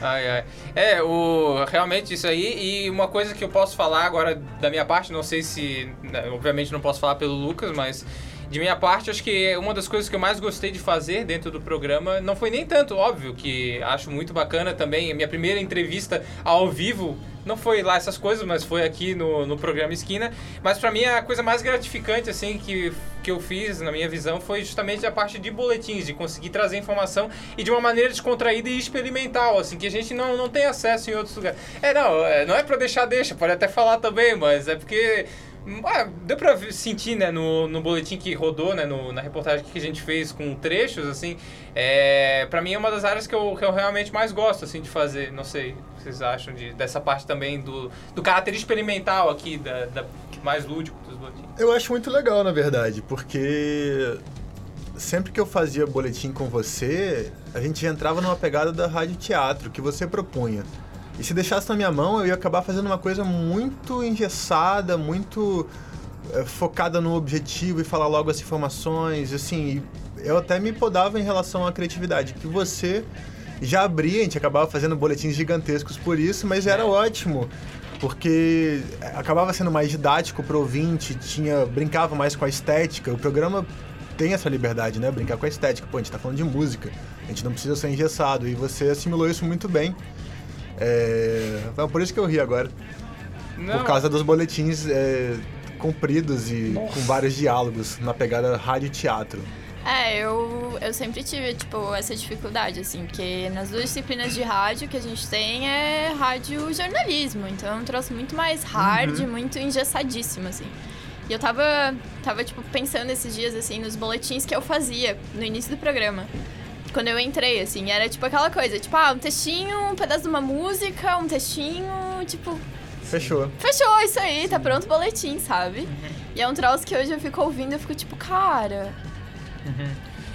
Ai, ai. É, o, realmente isso aí. E uma coisa que eu posso falar agora da minha parte, não sei se. né, Obviamente não posso falar pelo Lucas, mas. De minha parte, acho que uma das coisas que eu mais gostei de fazer dentro do programa não foi nem tanto, óbvio, que acho muito bacana também. A minha primeira entrevista ao vivo não foi lá essas coisas, mas foi aqui no, no programa Esquina. Mas pra mim a coisa mais gratificante, assim, que, que eu fiz, na minha visão, foi justamente a parte de boletins, de conseguir trazer informação e de uma maneira descontraída e experimental, assim, que a gente não, não tem acesso em outros lugares. É, não, é, não é pra deixar, deixa, pode até falar também, mas é porque. hum, ah, deu pra ver- sentir, né, no, no boletim que rodou, né, no- na reportagem que a gente fez com trechos, assim, é, pra mim é uma das áreas que eu, que eu realmente mais gosto, assim, de fazer, não sei o que vocês acham de, dessa parte também do, do caráter experimental aqui, da, da- mais lúdico dos boletins.
Eu acho muito legal, na verdade, porque sempre que eu fazia boletim com você, a gente já entrava numa pegada da rádio teatro que você propunha. E se deixasse na minha mão, eu ia acabar fazendo uma coisa muito engessada, muito eh, focada no objetivo e falar logo as informações, assim, e eu até me podava em relação à criatividade, que você já abria, a gente acabava fazendo boletins gigantescos por isso, mas era ótimo, porque eh, acabava sendo mais didático pro ouvinte, tinha, brincava mais com a estética, o programa tem essa liberdade, né? Brincar com a estética. Pô, a gente tá falando de música, a gente não precisa ser engessado, e você assimilou isso muito bem. É... Então, por isso que eu ri agora.
Não.
Por causa dos boletins é, compridos e com vários diálogos na pegada rádio-teatro.
É, eu, eu sempre tive, tipo, essa dificuldade, assim, porque nas duas disciplinas de rádio que a gente tem é rádio e jornalismo, então é um troço muito mais hard,
Uhum.
muito engessadíssimo, assim. E eu tava, tava, tipo, pensando esses dias, assim, nos boletins que eu fazia no início do programa. Quando eu entrei, assim, era tipo aquela coisa, tipo, ah, um textinho, um pedaço de uma música, um textinho, tipo,
Fechou.
Fechou, isso aí, tá pronto o boletim, sabe?
Uhum.
E é um troço que hoje eu fico ouvindo e eu fico tipo, cara.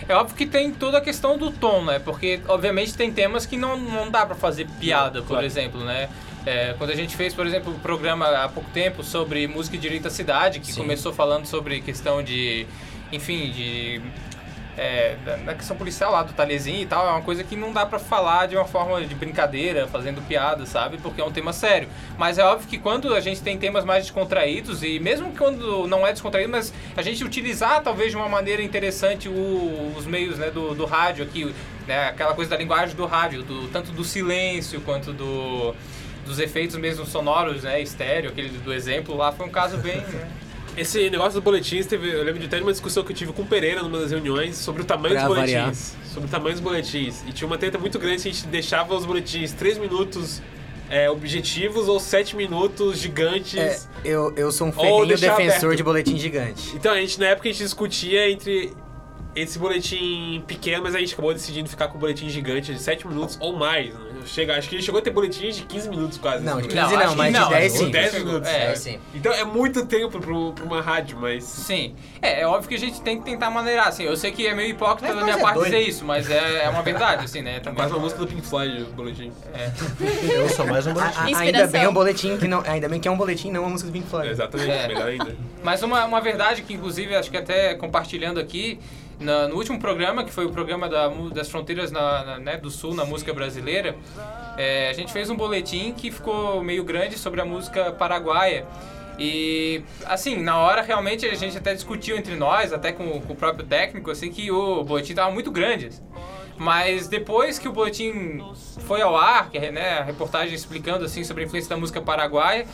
É óbvio que tem toda a questão do tom, né? Porque, obviamente, tem temas que não, não dá pra fazer piada, por exemplo, né? É, quando a gente fez, por exemplo, o programa há pouco tempo sobre música e direito à cidade, que começou falando sobre questão de. Enfim, de. É, da- da questão policial lá do Talezinho e tal, é uma coisa que não dá pra falar de uma forma de brincadeira, fazendo piada, sabe? Porque é um tema sério. Mas é óbvio que quando a gente tem temas mais descontraídos, e mesmo quando não é descontraído, mas a gente utilizar talvez de uma maneira interessante o- os meios né, do, do rádio aqui, né, aquela coisa da linguagem do rádio, do, tanto do silêncio quanto do, dos efeitos mesmo sonoros, né, estéreo, aquele do exemplo lá, foi um caso bem... né?
Esse negócio dos boletins, teve, eu lembro de até de uma discussão que eu tive com o Pereira numa das reuniões sobre o tamanho
Pra
dos boletins.
variar.
Sobre o tamanho dos boletins. E tinha uma treta muito grande se a gente deixava os boletins 3 minutos é, objetivos ou sete minutos gigantes.
É, eu, eu sou um
Ou
ferrenho
deixar
defensor
aberto.
de boletim gigante.
Então, a gente, na época, a gente discutia entre esse boletim pequeno, mas a gente acabou decidindo ficar com o boletim gigante de 7 minutos ou mais. Né? Chega, acho que chegou a ter boletins de 15 minutos quase.
Não,
esse
de
programa.
15 não, mas de 10 sim.
10 minutos.
É,
né?
sim.
Então é muito tempo pro- pra uma rádio, mas... Sim.
É, é óbvio que a gente tem que tentar maneirar, assim. Eu sei que é meio hipócrita
Mas
da
nós
minha
é
parte
doido.
dizer isso, mas é, é uma verdade, assim, né? Também.
Quase uma música do Pink Floyd, o boletim.
É.
Eu sou mais um boletim.
A- a- ainda
Inspiração.
bem é um boletim que não. Ainda bem que é um boletim, não uma música do Pink Floyd.
Exatamente,
É.
melhor ainda.
Mas uma, uma verdade que, inclusive, acho que até compartilhando aqui, na- no último programa, que foi o programa da mu- das fronteiras na- na- né, do Sul na música brasileira, é, a gente fez um boletim que ficou meio grande sobre a música paraguaia. E, assim, na hora realmente a gente até discutiu entre nós, até com, com o próprio técnico, assim, que o boletim estava muito grande. assim. Mas depois que o boletim foi ao ar, que é né, a reportagem explicando assim sobre a influência da música paraguaia,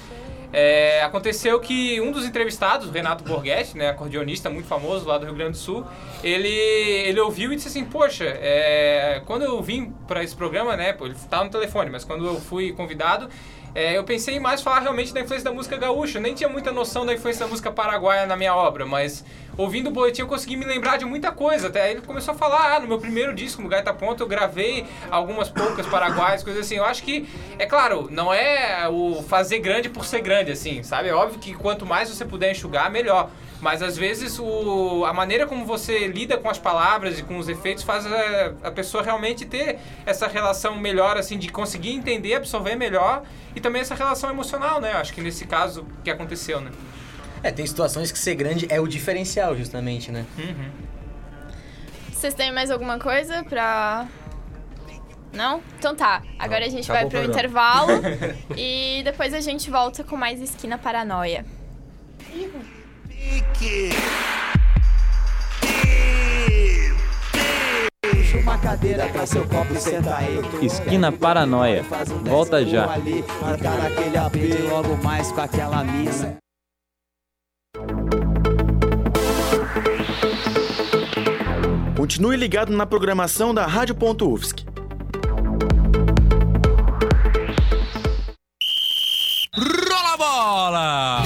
é, aconteceu que um dos entrevistados, o Renato Borghetti, né, acordeonista muito famoso lá do Rio Grande do Sul, ele, ele ouviu e disse assim, poxa, é, quando eu vim para esse programa, né, pô, ele estava no telefone, mas quando eu fui convidado, é, eu pensei em mais falar realmente da influência da música gaúcha, eu nem tinha muita noção da influência da música paraguaia na minha obra, mas ouvindo o boletim eu consegui me lembrar de muita coisa, até aí ele começou a falar, ah, no meu primeiro disco, no Gaita Ponto, eu gravei algumas poucas paraguaias, coisas assim, eu acho que, é claro, não é o fazer grande por ser grande, assim, sabe, é óbvio que quanto mais você puder enxugar, melhor, mas às vezes o, a maneira como você lida com as palavras e com os efeitos faz a, a pessoa realmente ter essa relação melhor, assim, de conseguir entender, absorver melhor e também essa relação emocional, né? Acho que nesse caso que aconteceu, né?
É, tem situações que ser grande é o diferencial, justamente, né?
Vocês têm mais alguma coisa pra. Não? Então tá. Agora a gente vai
acabou
pro
o programa.
intervalo
(laughs)
e depois a gente volta com mais Esquina Paranoia.
Puxa uma cadeira, traz seu copo e senta aí.
Esquina Paranoia. Volta já.
Tá
Ali, encara aquele AP e logo mais com aquela mina.
Continue ligado na programação da Rádio.UFSC.
Rola a bola!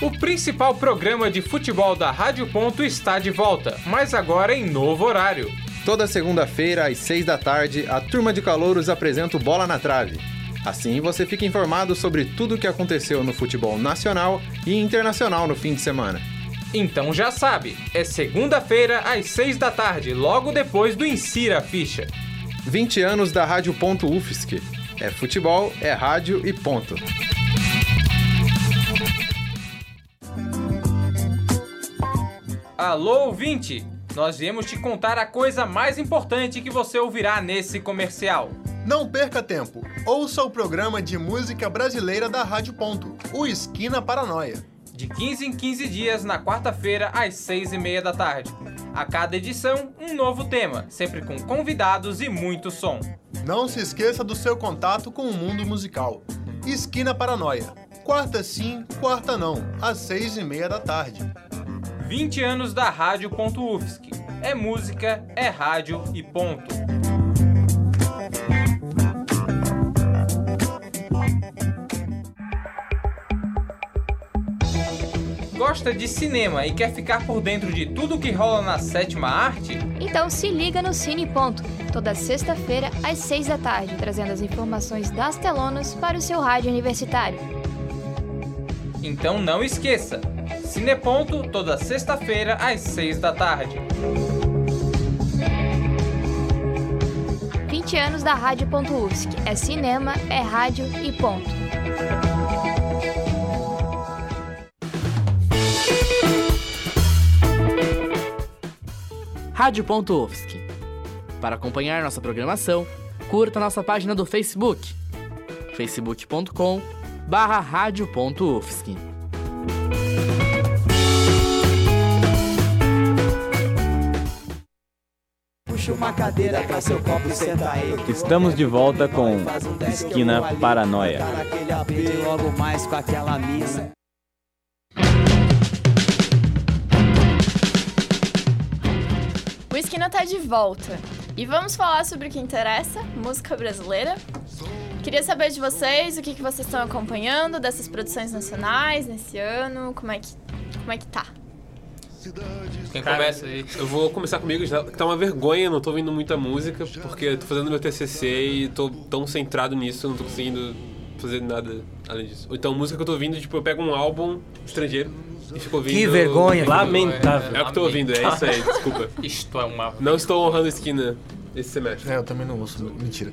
O principal programa de futebol da Rádio Ponto está de volta, mas agora em novo horário.
Toda segunda-feira, às seis da tarde, a turma de calouros apresenta o Bola na Trave. Assim você fica informado sobre tudo o que aconteceu no futebol nacional e internacional no fim de semana.
Então já sabe, é segunda-feira às seis da tarde, logo depois do Insira a Ficha.
20 anos da Rádio Ponto UFSC. É futebol, é rádio e ponto.
Alô, ouvinte! Nós viemos te contar a coisa mais importante que você ouvirá nesse comercial.
Não perca tempo. Ouça o programa de música brasileira da Rádio Ponto, o Esquina Paranoia.
De 15 em 15 dias, na quarta-feira, às 6 e meia da tarde. A cada edição, um novo tema, sempre com convidados e muito som.
Não se esqueça do seu contato com o mundo musical. Esquina Paranoia. Quarta sim, quarta não, às seis e meia da tarde.
20 anos da Rádio.UFSC. É música, é rádio e ponto. Gosta de cinema e quer ficar por dentro de tudo que rola na sétima arte?
Então se liga no Cine Ponto, toda sexta-feira às seis da tarde, trazendo as informações das telonas para o seu rádio universitário.
Então não esqueça! Cineponto, toda sexta-feira, às 6 da tarde.
20 anos da Rádio.UFSC. É cinema, é rádio e ponto.
Rádio.UFSC. Para acompanhar nossa programação, curta nossa página do Facebook, facebook.com barra rádio.ufsc.
Puxa uma cadeira, traz seu copo e senta aí. um
Estamos de volta com Esquina Paranoia.
Encara aquele AP e logo mais com aquela mina.
O Esquina tá de volta. E vamos falar sobre o que interessa, música brasileira. Queria saber de vocês, o que, que vocês estão acompanhando dessas produções nacionais nesse ano, como é que, como é que tá?
Quem começa aí? Eu vou começar comigo, já, que tá uma vergonha, não tô ouvindo muita música, porque eu tô fazendo meu TCC e tô tão centrado nisso, eu não tô conseguindo fazer nada além disso. Ou então, música que eu tô ouvindo, tipo, eu pego um álbum estrangeiro e fico ouvindo...
Que vergonha. Lamentável.
É, o que eu tô ouvindo, é isso aí, desculpa.
Isto é uma...
Não estou honrando esquina esse semestre.
É, eu também não ouço. Mentira.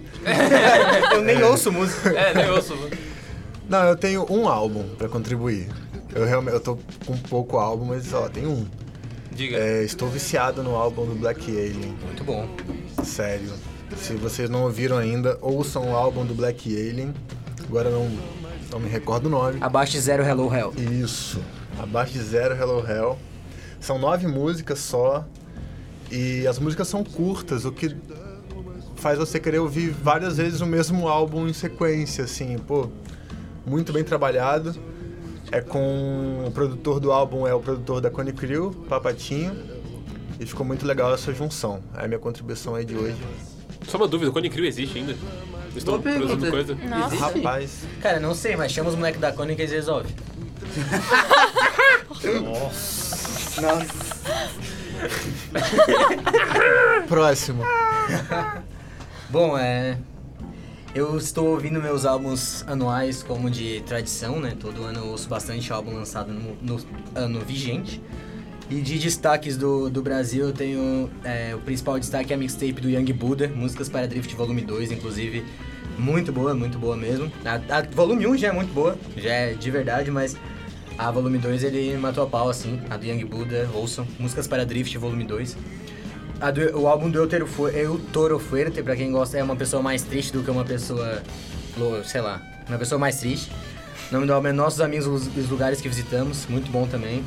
Eu nem ouço música.
É,
né,
nem ouço.
Não, eu tenho um álbum pra contribuir. Eu realmente eu tô com pouco álbum, mas ó, tem um.
Diga.
É, estou viciado no álbum do Black Alien.
Muito bom.
Sério. Se vocês não ouviram ainda, ouçam o álbum do Black Alien. Agora não, não me recordo o nome.
Abaixo de Zero Hello Hell.
Isso. Abaixo de Zero Hello Hell. São nove músicas só. E as músicas são curtas, o que faz você querer ouvir várias vezes o mesmo álbum em sequência, assim, pô. Muito bem trabalhado. É com o produtor do álbum é o produtor da Cone Crew, Papatinho. E ficou muito legal essa junção. É a minha contribuição aí de hoje.
Só uma dúvida, o Cone Crew existe ainda? Eles Estão
Boa pergunta.
produzindo coisa?
Nossa.
Rapaz.
Cara, não sei, mas chama os moleques da Cônica e eles resolvem. Nossa.
Próximo.
Bom, é. Eu estou ouvindo meus álbuns anuais como de tradição, né? Todo ano eu ouço bastante álbum lançado no, no ano vigente. E de destaques do, do Brasil, eu tenho. é, o principal destaque é a mixtape do Young Buddha, Músicas para Drift Volume 2, inclusive. Muito boa, muito boa mesmo. A, a volume 1 já é muito boa, já é de verdade, mas a volume 2 ele matou a pau, assim. A do Young Buddha, ouçam. Músicas para Drift Volume 2. A do- o álbum do Eutero Fu- Eutoro Fuerte, pra quem gosta, é uma pessoa mais triste do que uma pessoa. lo- sei lá. Uma pessoa mais triste. O nome do álbum é Nossos Amigos os, os Lugares que Visitamos, muito bom também.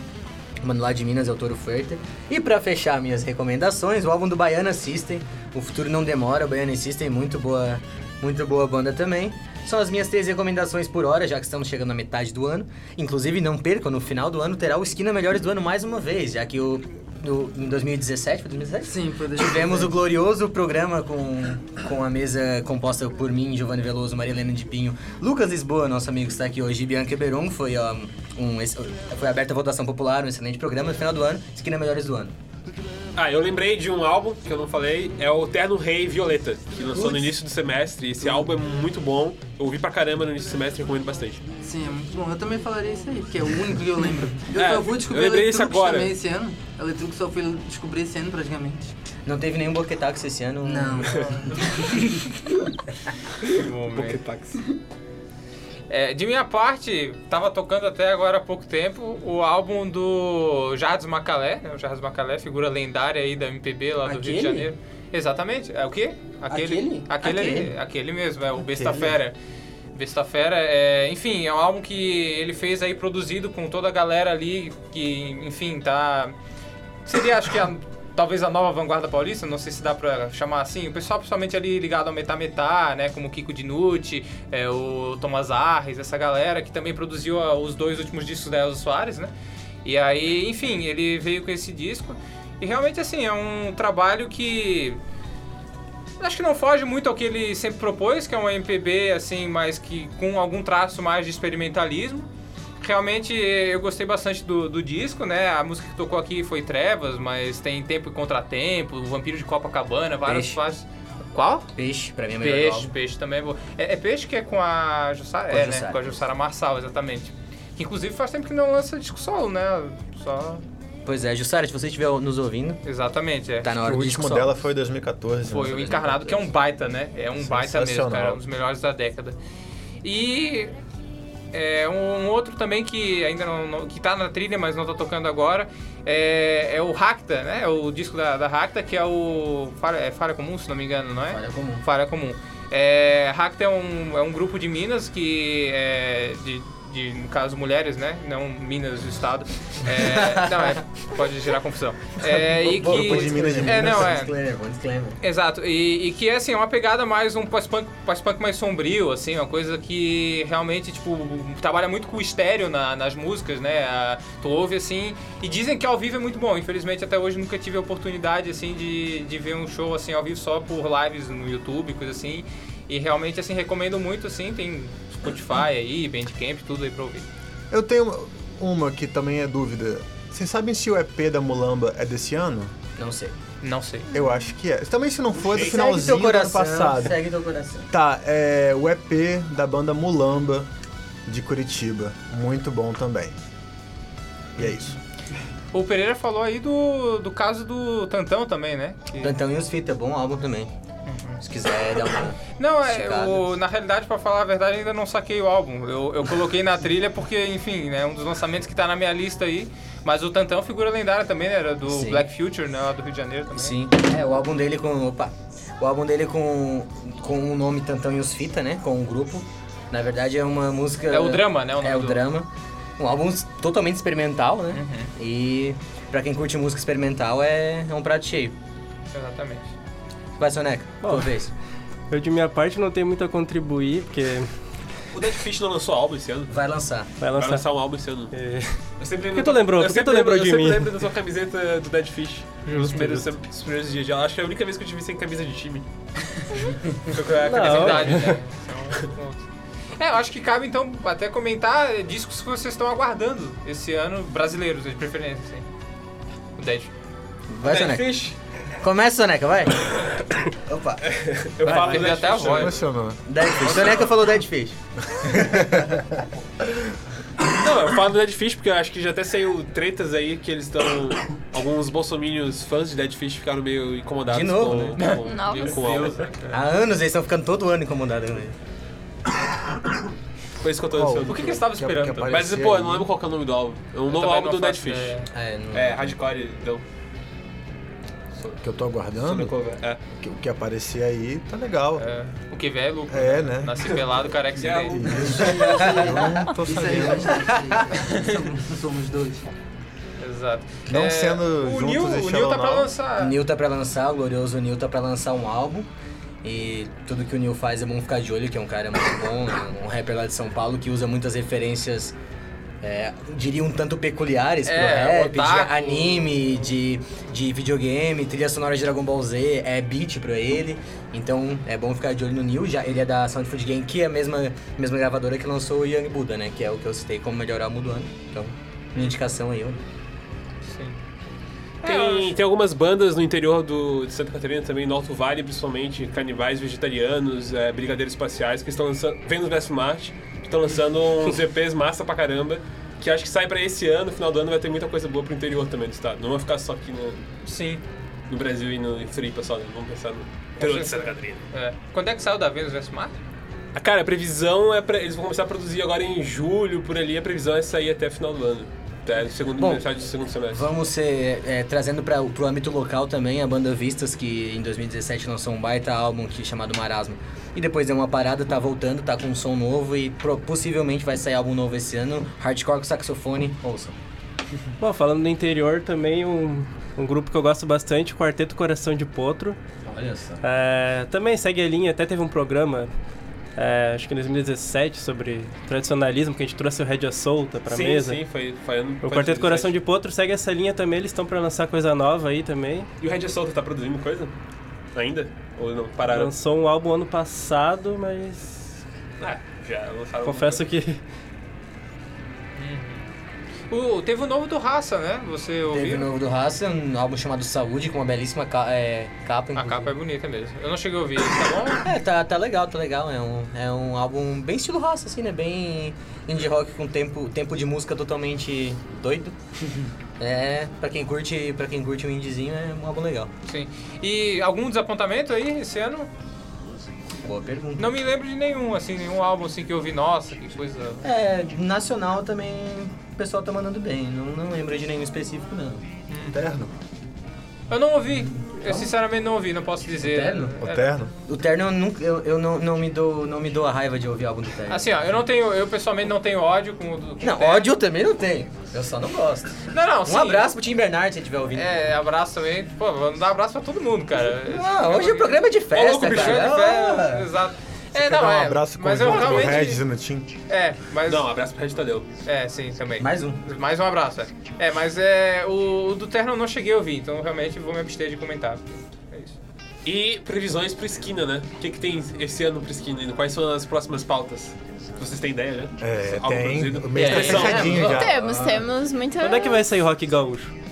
Mano lá de Minas, Eutoro Fuerte. E pra fechar minhas recomendações, o álbum do Baiana System, O Futuro Não Demora, o Baiana System, muito boa, muito boa banda também. São as minhas três recomendações por hora, já que estamos chegando na metade do ano. Inclusive, não percam, no final do ano terá o Esquina Melhores do Ano mais uma vez, já que o, no- em 2017, foi 2017?
Sim, foi 2017.
Tivemos o glorioso programa com, com a mesa composta por mim, Giovanni Veloso, Marilena de Pinho, Lucas Lisboa, nosso amigo que está aqui hoje, e Bianca Beron. Foi, ó, um, ex- foi aberta a votação popular, um excelente programa. No final do ano, Esquina é Melhores do Ano.
Ah, eu lembrei de um álbum que eu não falei, é o Terno Rei Violeta, que lançou no
Putz.
início do semestre. Esse álbum é muito bom, eu ouvi pra caramba no início do semestre e recomendo bastante.
Sim, é muito bom. Eu também falaria isso aí, porque é o único que
(laughs)
eu lembro. Eu
É,
só vou descobrir
eu lembrei isso
Eletrux
agora.
também esse ano. Eletrux só fui descobrir esse ano, praticamente.
Não teve nenhum Boquetax esse ano?
Não.
É, de minha parte, tava tocando até agora há pouco tempo o álbum do Jardim Macalé, né? O Jardim Macalé, figura lendária aí da MPB lá do Rio
Aquele?
de Janeiro. Exatamente. É o quê? Aquele? Aquele,
Aquele?
aquele, mesmo, é o Besta Fera. Besta Fera, é, enfim, é um álbum que ele fez aí produzido com toda a galera ali que, enfim, tá seria acho que a- talvez a nova vanguarda paulista, não sei se dá pra chamar assim, o pessoal principalmente ali ligado ao Metá Metá, né, como o Kiko Dinucci, é, o Thomas Arres, essa galera que também produziu ah, os dois últimos discos da Elza Soares, né? E aí, enfim, ele veio com esse disco e realmente assim, é um trabalho que acho que não foge muito ao que ele sempre propôs, que é um MPB assim, mas que com algum traço mais de experimentalismo. Realmente eh, eu gostei bastante do, do disco, né? A música que tocou aqui foi Trevas, mas tem Tempo e Contratempo, O Vampiro de Copacabana, várias
Peixe.
fases. Qual?
(laughs) Peixe, pra mim é o melhor do
Peixe,
álbum.
peixe também. é bom. É, é peixe que é com a Jussara?
Com a
é, né?
Jussara.
Com a Jussara Marçal, exatamente. Que inclusive faz tempo que não lança disco solo, né? Só.
Pois é, Jussara, se você estiver nos ouvindo...
Exatamente, é.
Tá na hora
o
do
último
disco solo.
dela foi em 2014.
Foi
né?
o Encarnado, que é um baita, né? É um baita mesmo,
Sensacional.
cara. Um dos melhores da década. E é, um outro também que ainda não, não- que tá na trilha, mas não tá tocando agora, é, é o Racta, né? É o disco da, da Racta, que é o Falha, é Falha Comum, se não me engano, não é? Falha
Comum.
Falha Comum. É, Racta é um, é um grupo de Minas que é de, de, no caso, mulheres, né? Não Minas do Estado.
(laughs)
É, não, é, pode gerar confusão. É, e que,
Grupo de Minas de
é,
Minas.
não, é.
Disclaimer, bom disclaimer.
Exato, e, e que é assim, é uma pegada mais um pós-punk pós-punk mais sombrio, assim, uma coisa que realmente, tipo, trabalha muito com o estéreo na- nas músicas, né? A- tu ouve assim, e dizem que ao vivo é muito bom. Infelizmente até hoje nunca tive a oportunidade assim de, de ver um show assim ao vivo só por lives no YouTube, coisa assim. E realmente, assim, recomendo muito, assim, tem Spotify aí, Bandcamp, tudo aí pra ouvir.
Eu tenho uma que também é dúvida. Vocês sabem se o EP da Mulamba é desse ano?
Não sei.
Não sei.
Eu acho que é. Também se não for, é do
Segue
finalzinho
teu
do ano
coração,
passado.
Segue teu coração.
Tá, é o EP da banda Mulamba de Curitiba. Muito bom também. E é isso.
O Pereira falou aí do, do caso do Tantão também, né? Que-
Plantão e os Fita, é bom álbum também.
Uhum.
Se quiser dar uma.
Não, é,
esticada.
o- na realidade, pra falar a verdade, eu ainda não saquei o álbum. Eu, eu coloquei na trilha porque, enfim, né, é um dos lançamentos que tá na minha lista aí. Mas o Tantão é uma figura lendária também, né? Era do
Sim.
Black Future, né? Lá do Rio de Janeiro também.
Sim. É, o álbum dele com. Opa! O álbum dele com, com o nome Tantão e os Fita, né? Com o grupo. Na verdade é uma música.
É o Drama, né, o nome
é o
do-
drama. Um álbum s- totalmente experimental, né?
Uhum.
E pra quem curte música experimental é, é um prato cheio.
Exatamente.
Vai, Soneca,
Bom,
tua vez.
Eu, de minha parte, não tenho muito a contribuir,
É
porque
O Dead Fish não lançou álbum esse ano?
Vai lançar.
vai lançar.
um álbum esse ano. Eu sempre lembro.
Por que tu lembrou?
Eu
Por que
sempre
tu lembrou
lembro-
de
eu sempre
mim?
lembro da sua camiseta do Dead Fish. Nos
Justo,
primeiros,
justo.
nos primeiros dias de aula. Acho que é a única vez que eu tive sem camisa de time. Foi com a
Não.
camisa de idade, né?
É, eu acho que cabe então até comentar eh, discos que vocês estão aguardando esse ano, brasileiros, de preferência, assim. O Dead.
Vai,
É
Dead
Soneca.
Fish.
Começa, Soneca,
(coughs)
vai. Opa.
Eu
Vai,
falo
vai.
perdi até a
Tá né?
voz.
Dead Fish. Soneca falou Dead Fish.
Não, eu falo do Dead Fish porque eu acho que já até saiu tretas aí que eles estão. Alguns bolsomínios fãs de Dead Fish ficaram meio incomodados
De novo?
né?
com, com, meio com o
É,
álbum.
É.
Há anos eles estão ficando todo ano incomodados. Né?
Foi isso que eu tô dizendo.
tá
O que, que eles
é
estavam esperando?
que
Mas,
aparecer
pô, eu
aí.
não lembro qual que é o nome do álbum. É um
Eu
novo
também
álbum
não
do Dead
faço
Fish.
ideia.
É, não-
É, Hardcore, então.
Que eu tô aguardando.
Sobrecover, é.
Que o que aparecer aí tá legal. É,
O que vê é louco.
né?
Nasci pelado, careca sem dente.
Eu não tô
Isso aí,
sabendo.
somos, somos dois.
Exato.
Não
É,
sendo
o
juntos
Neil,
esse
o Neil tá
ano,
pra
não.
lançar.
O Neil tá pra lançar, o glorioso Neil tá pra lançar um álbum. E tudo que o Neil faz é bom ficar de olho, que é um cara muito bom, né? um rapper lá de São Paulo que usa muitas referências, é, diria um tanto peculiares
É,
pro rap,
otaku.
de anime, de, de videogame, trilha sonora de Dragon Ball Z, é beat pra ele. Então é bom ficar de olho no Neil, já ele é da Sound Food Game, que é a mesma, mesma gravadora que lançou o Young Buddha, né? Que é o que eu citei como melhor álbum do ano. Então, minha indicação aí, ó.
É, Tem, tem algumas bandas no interior do, de Santa Catarina também, no Alto Vale, principalmente, canibais vegetarianos, eh, brigadeiros espaciais, que estão lançando. Vem no Best Marte, que estão lançando (laughs) uns EPs massa pra caramba, que acho que sai pra esse ano, final do ano vai ter muita coisa boa pro interior também do estado. Não vai ficar só aqui no.
Sim.
No Brasil e no em Floripa só, né? Vamos pensar no interior de Santa Catarina.
É. Quando é que saiu da Venus vs Mars?
Ah, Cara, a previsão é pra. Eles vão começar a produzir agora em julho, por ali, a previsão é sair até final do ano. Até segundo
Bom,
metade do segundo semestre.
Vamos ser é, trazendo para o âmbito local também a banda Vistas, que em 2017 lançou um baita álbum que, chamado Marasmo. E depois deu uma parada, tá voltando, tá com um som novo e pro- possivelmente vai sair álbum novo esse ano. Hardcore com saxofone, ouçam.
Bom, falando do interior também, um, um grupo que eu gosto bastante, o Quarteto Coração de Potro.
Olha só.
É, também segue a linha, até teve um programa, é, acho que em 2017, sobre tradicionalismo, que a gente trouxe o Red Solta pra
sim,
mesa.
sim, foi, foi ano.
O
foi
Quarteto
2017.
Coração de Potro segue essa linha também, eles estão pra lançar coisa nova aí também.
E o Red Solta tá produzindo coisa? Ainda? Ou não? Pararam?
Lançou um álbum ano passado, mas
Ah, já lançaram.
confesso que
O, teve o novo do Raça, né? Você ouviu?
Teve o novo do Raça, um álbum chamado Saúde, com uma belíssima ca- é, capa.
A capa é bonita mesmo. Eu não cheguei a ouvir, tá
(laughs)
bom?
É, tá, tá legal, tá legal. É um, é um álbum bem estilo raça, assim, né? Bem indie rock com tempo, tempo de música totalmente (laughs) doido. é, pra quem curte, pra quem curte o indiezinho, é um álbum legal.
Sim. E algum desapontamento aí esse ano?
Boa pergunta.
Não me lembro de nenhum, assim, nenhum álbum assim que eu ouvi, nossa, que coisa.
É, nacional também o pessoal tá mandando bem. Não, não lembro de nenhum específico, não.
Terno?
Eu não ouvi. Eu sinceramente não ouvi, não posso dizer.
Terno?
É.
O Terno eu, nunca, eu, eu não, não, me dou, não me dou a raiva de ouvir álbum do Terno.
Assim, ó, eu não tenho, eu pessoalmente não tenho ódio com o do. com o
não,
Terno.
ódio eu também não tenho. é. Eu só não gosto.
Não, não,
um
sim.
abraço pro Tim Bernard se ele estiver ouvindo.
É, abraço também. Pô, vamos dar abraço pra todo mundo, cara.
Ah, hoje o programa é de festa,
Ô, louco, bicho,
cara. Ah.
é de festa, exato. É, não,
Quer dar
é.
um abraço
mas eu
conjunto do
realmente.
Regis e no Tim?
É, mas.
Não, abraço pro Red Tadeu.
É, sim, também.
Mais um.
Mais um abraço, é. É, mas é, o, o do Terno eu não cheguei a ouvir, então realmente vou me abster de comentar. porque É isso.
E previsões pro Esquina, né? O que, que tem esse ano pro Esquina? ainda? Quais são as próximas pautas? Vocês têm ideia, né?
É,
Algo
tem.
produzido?
O mês tá
É, então,
fechadinho já.
Temos, temos muita.
Quando é que vai sair o Rock Gaúcho?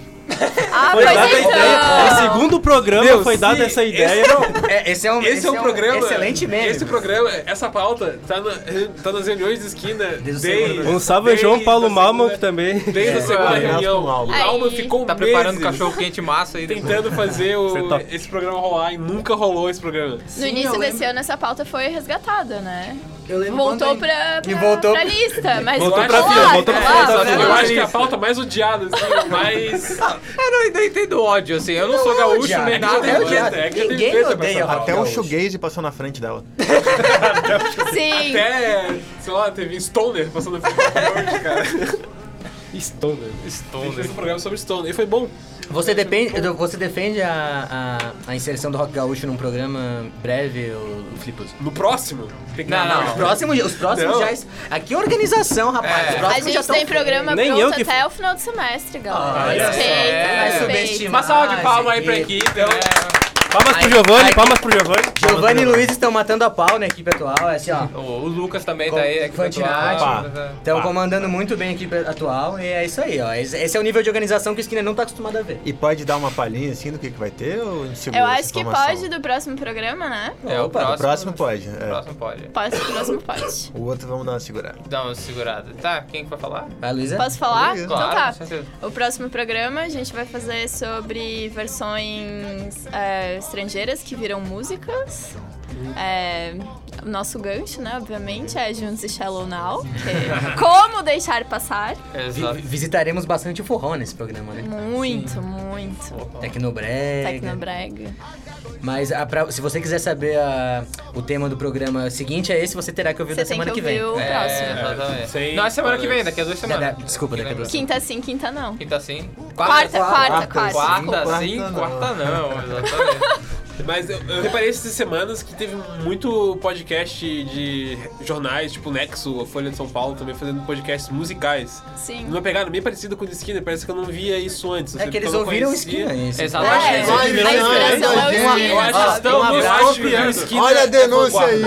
Ah,
Foi
pois
dada a ideia. No
então!
segundo programa
Meu,
foi dada
se
essa ideia.
esse-
não.
É, esse é um,
Esse, é um, programa.
Excelente meme.
Esse programa, essa pauta, tá, na, tá nas reuniões de esquina. desde-
Um salve ao João Paulo Malman também.
Desde a segunda reunião.
Alma.
A Alma ficou
Tá
preparando um
meses
cachorro quente massa aí. né?
Tentando fazer o- esse programa rolar e nunca rolou esse programa.
No início desse ano, essa pauta foi resgatada, né?
Eu lembro
voltou
quando-
pra, pra,
E voltou-
(laughs)
pra lista, mas
Voltou
vamos
pra
lá,
fila, voltou
vamos
pra fila,
lá, vamos
sabe?
lá.
é, Eu acho que é a pauta mais odiada, assim, mais.
Eu Ah, não ainda entendo ódio, assim. Eu não, sou gaúcho nem nada.
é
mas
odiado.
é que eu tenho
Ninguém
treta pra
odeia
essa
o
Tá,
Até
pauta.
o shoegaze passou na frente dela.
Sim.
é,
Até, é, sei lá, teve Stoner passando na frente da porta, cara. Stoner. Stoner. Ele fez um programa sobre Stoner. E foi bom.
Você, depende, você defende a, a, a inserção do Rock Gaúcho num programa breve, o, o Flipos?
No próximo? Tem que-
não, não,
Ah, não.
Os próximos, os próximos
Não.
já. Aqui é organização, rapaz. Os próximos
A
já
gente
tão
tem
feitos.
programa pronto até o final do semestre, galera.
Olha só.
respeita,
É,
respeita.
subestimar Uma salva de palmas aí pra isso
equipe. então.
É.
Palmas pro
Aí-
Giovanni,
aí-
palmas pro Giovanni.
Giovanni e Luiz estão matando a pau na equipe atual, é assim, ó.
O, o Lucas também tá aí. é que foi atual.
Fantinati. Estão comandando muito bem a equipe atual e é isso aí, ó. Esse esse é o nível de organização que o Skinner não tá acostumado a ver.
E pode dar uma palhinha assim do que, que vai ter? Ou insegura
Eu
essa
acho que
informação?
pode do próximo programa, né?
É, o
Opa,
próximo.
o próximo pode. é.
próximo pode.
Posso, o próximo pode.
O outro vamos dar uma segurada.
Dá uma segurada. Tá, quem que vai falar?
Vai, Luísa?
Posso falar?
Claro,
Então
com certeza.
tá. O próximo programa a gente vai fazer sobre versões é, estrangeiras que viram músicas. É, o nosso gancho, né, obviamente, é Junes e Shallow Now. que- é como deixar passar?
Vi- visitaremos bastante o forró nesse programa, né?
Muito, muito.
Tecnobrega.
Tecnobrega.
Mas ah, pra- se você quiser saber ah, o tema do programa seguinte, é esse, você terá que ouvir
Você
da
tem
semana
que
que, vem.
ouvir o É, próximo.
exatamente. Não, é semana que vem, daqui a duas
Da-
semanas.
da- desculpa, daqui a duas
Quinta sim, quinta não.
Quinta sim.
Quarta, quarta, quarta.
Quarta
Quarta
sim,
não.
quarta não. Exatamente.
Mas eu, eu reparei essas semanas que teve muito podcast de jornais, tipo Nexo, a Folha de São Paulo também fazendo podcasts musicais.
Sim.
Numa pegada bem parecida com o de Skinner, parece que eu não via isso antes.
É que eles ouviram o Skinner, isso.
Exatamente.
É, a inspiração é o Skinner.
Eu acho
Ó,
que estamos
um abraço,
copiando o Skinner. é
Olha a denúncia aí.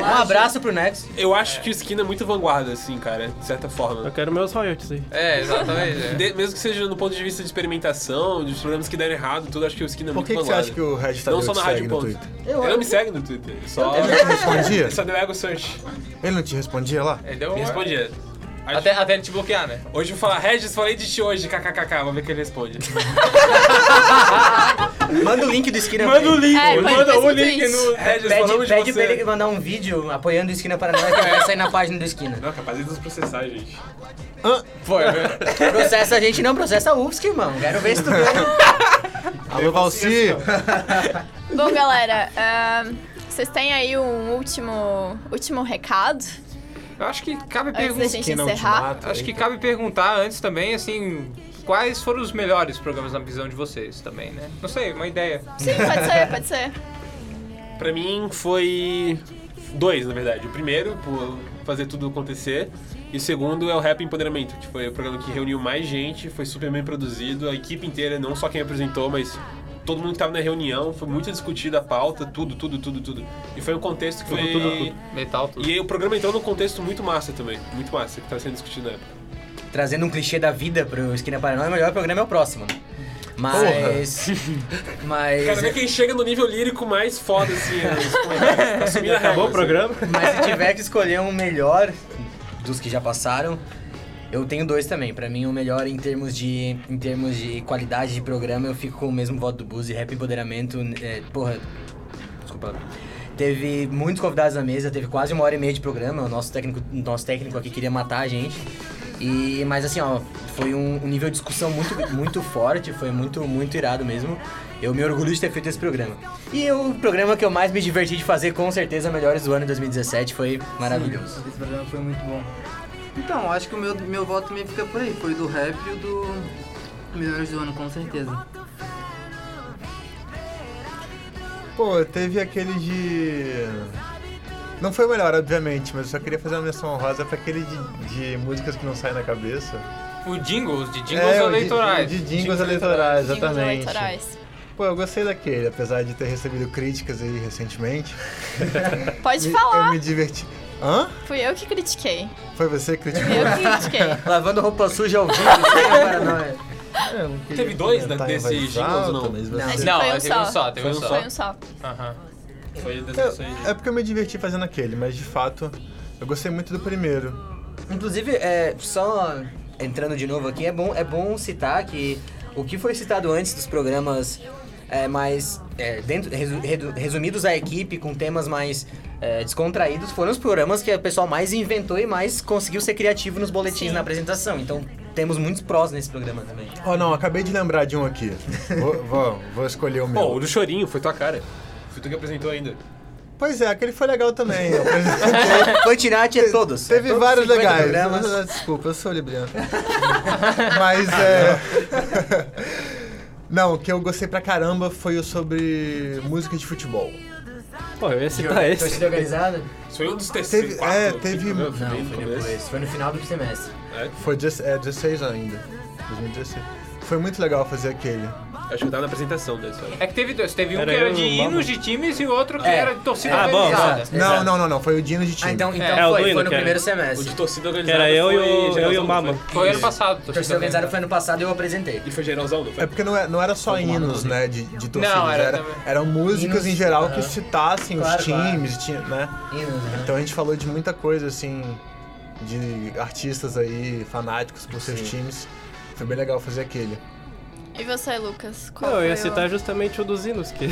Um abraço pro Nex.
Eu acho que o Skinner é muito vanguarda, assim, cara, de certa forma. Eu
quero meus royalties aí.
É, exatamente, é.
De- mesmo que seja no ponto de vista de experimentação, dos problemas que deram errado, tudo, acho que o Skinner é
Por
muito
que, que você
vanguarda.
acha que o Red está
Não só na Rádio
segue no
Ponto.
Twitter?
Ele não me segue no Twitter. Só...
Ele
(laughs)
não te respondia?
Só deu ego search.
Ele não te respondia lá?
Ele É, deu
Me respondia.
Até, até ele te bloquear, né?
Hoje eu vou falar, Regis, falei de ti hoje, kkkk, vamos ver que ele responde.
Manda o link do
(laughs)
Skinner.
Manda o link, É, manda manda o o link tweet. no-
É,
Regis,
pede
falamos de
pede pra
você.
ele mandar um vídeo apoiando o Skinner para nós que vai sair na página do (laughs) Skinner.
Não, capaz de nos processar, gente.
Foi. Processa a gente, não processa a UFSC, irmão. Quero ver se tu (laughs) ganha.
Alô, Valci!
Bom, galera, ahn, vocês têm aí um último, último recado?
Eu acho que cabe
Antes da
perguntar.
gente encerrar.
Acho que cabe perguntar antes também, assim, quais foram os melhores programas na visão de vocês também, né? Não sei, uma ideia.
Sim, pode ser, pode ser.
(laughs)
Pra mim foi dois, na verdade. O primeiro, por fazer tudo acontecer. E o segundo é o Rap Empoderamento, que foi o programa que reuniu mais gente, foi super bem produzido, a equipe inteira, não só quem apresentou, mas todo mundo que tava na reunião, foi muito discutida a pauta, tudo, tudo, tudo, tudo. E foi um contexto que
Tudo,
foi...
tudo, tudo. Metal, tudo.
E aí o programa entrou num contexto muito massa também, muito massa, que tá sendo discutido na época.
Trazendo um clichê da vida pro Skinner Paranóia, o melhor programa é o próximo. né? Mas. Mas.
Cara, vê quem chega no nível lírico mais foda, assim, né, nos comentários. Assumindo a regra, assim.
Mas se tiver que escolher um melhor dos que já passaram, eu tenho dois também. Pra mim, o melhor em termos de, em termos de qualidade de programa, eu fico com o mesmo voto do Buzz e Rap Empoderamento. É, porra. Desculpa. Teve muitos convidados na mesa, teve quase uma hora e meia de programa. O nosso técnico, o nosso técnico aqui queria matar a gente. E, mas assim, ó, foi um, um nível de discussão muito, (laughs) muito forte, foi muito, muito irado mesmo. Eu me orgulho de ter feito esse programa. E o programa que eu mais me diverti de fazer, com certeza, melhores do ano de 2017, foi maravilhoso.
Sim, esse programa foi muito bom. Então, acho que o meu, meu voto também fica por aí. Foi do rap e o do Melhores do Ano, com certeza.
Pô, teve aquele de. Não foi o melhor, obviamente, mas eu só queria fazer uma menção honrosa pra aquele de, de músicas que não saem na cabeça.
O jingles, de jingles
É, o de-
eleitorais.
de jingles eleitorais, exatamente.
Jingles eleitorais.
Pô, eu gostei daquele, apesar de ter recebido críticas aí recentemente.
Pode
Me-
falar.
Eu me diverti. Hã?
Fui eu que critiquei.
Foi você que criticou?
é
Eu que critiquei.
Lavando roupa suja ao vivo, (laughs) sem a paranoia.
Teve dois da-
Tá
desse
enraizado,
jingles ou não?
mas
Não,
você-
Não, foi um teve um só. só, teve
Foi
um (laughs) só.
Foi um só.
Aham. Foi das
Eu-
pessoas.
é porque eu me diverti fazendo aquele, mas de fato eu gostei muito do primeiro.
Inclusive, é, só entrando de novo aqui, é bom, é bom citar que o que foi citado antes dos programas é, mais é, dentro, resu- redu- resumidos à equipe, com temas mais é, descontraídos, foram os programas que o pessoal mais inventou e mais conseguiu ser criativo nos boletins na apresentação. Então, temos muitos prós nesse programa (laughs) também.
Oh não, acabei de lembrar de um aqui. vou, (laughs) vou- vou escolher o meu.
Pô, o do chorinho foi tua cara. Foi tu que apresentou ainda.
Pois é, aquele foi
(laughs)
legal também. Eu apresentei.
Foi tirar tinha é todos.
Teve
Todos
vários
50
legais.
programas.
(laughs) Ah, Desculpa, eu sou libriano. (laughs) Mas é. (laughs) Não, o que eu gostei pra caramba foi o sobre música de futebol.
Pô, eu ia
citar esse.
então,
Torcida organizada?
Foi um dos
terceiros. Teve, é, teve.
um-
Não, foi depois. Foi no final do semestre.
Foi 16 é, 16 ainda. 2016. Foi muito legal fazer aquele.
Ajudar tá na apresentação dessa.
É que teve dois. Teve um
Era
que era
eu,
de
Mamo.
hinos de times e outro que
É.
era de torcida
Ah, bom,
organizada.
bom.
Não,
Exato. Ah, então-
não, não, não. Foi o Dino de
Ah,
time.
então,
É, o do hino, que era.
semestre.
O de torcida
Que
organizada.
era eu e o,
foi
eu e o
geralzão,
Mama.
não foi?
Foi ano passado.
Torcida organizada foi ano passado e eu apresentei.
E foi geralzão, não foi?
É porque não é- não era, só hinos, né, de, de torcidas,
Não, era
era-
também.
eram músicas
Hinos,
em geral que
aham.
citassem
Claro,
os times, tinha, né?
Hinos, né?
Então a gente falou de muita coisa, assim, de artistas aí, fanáticos por seus times. Foi bem legal fazer aquele.
É.
E você, Lucas? Qual
Não, eu ia
foi o-
citar justamente o dos hinos, que,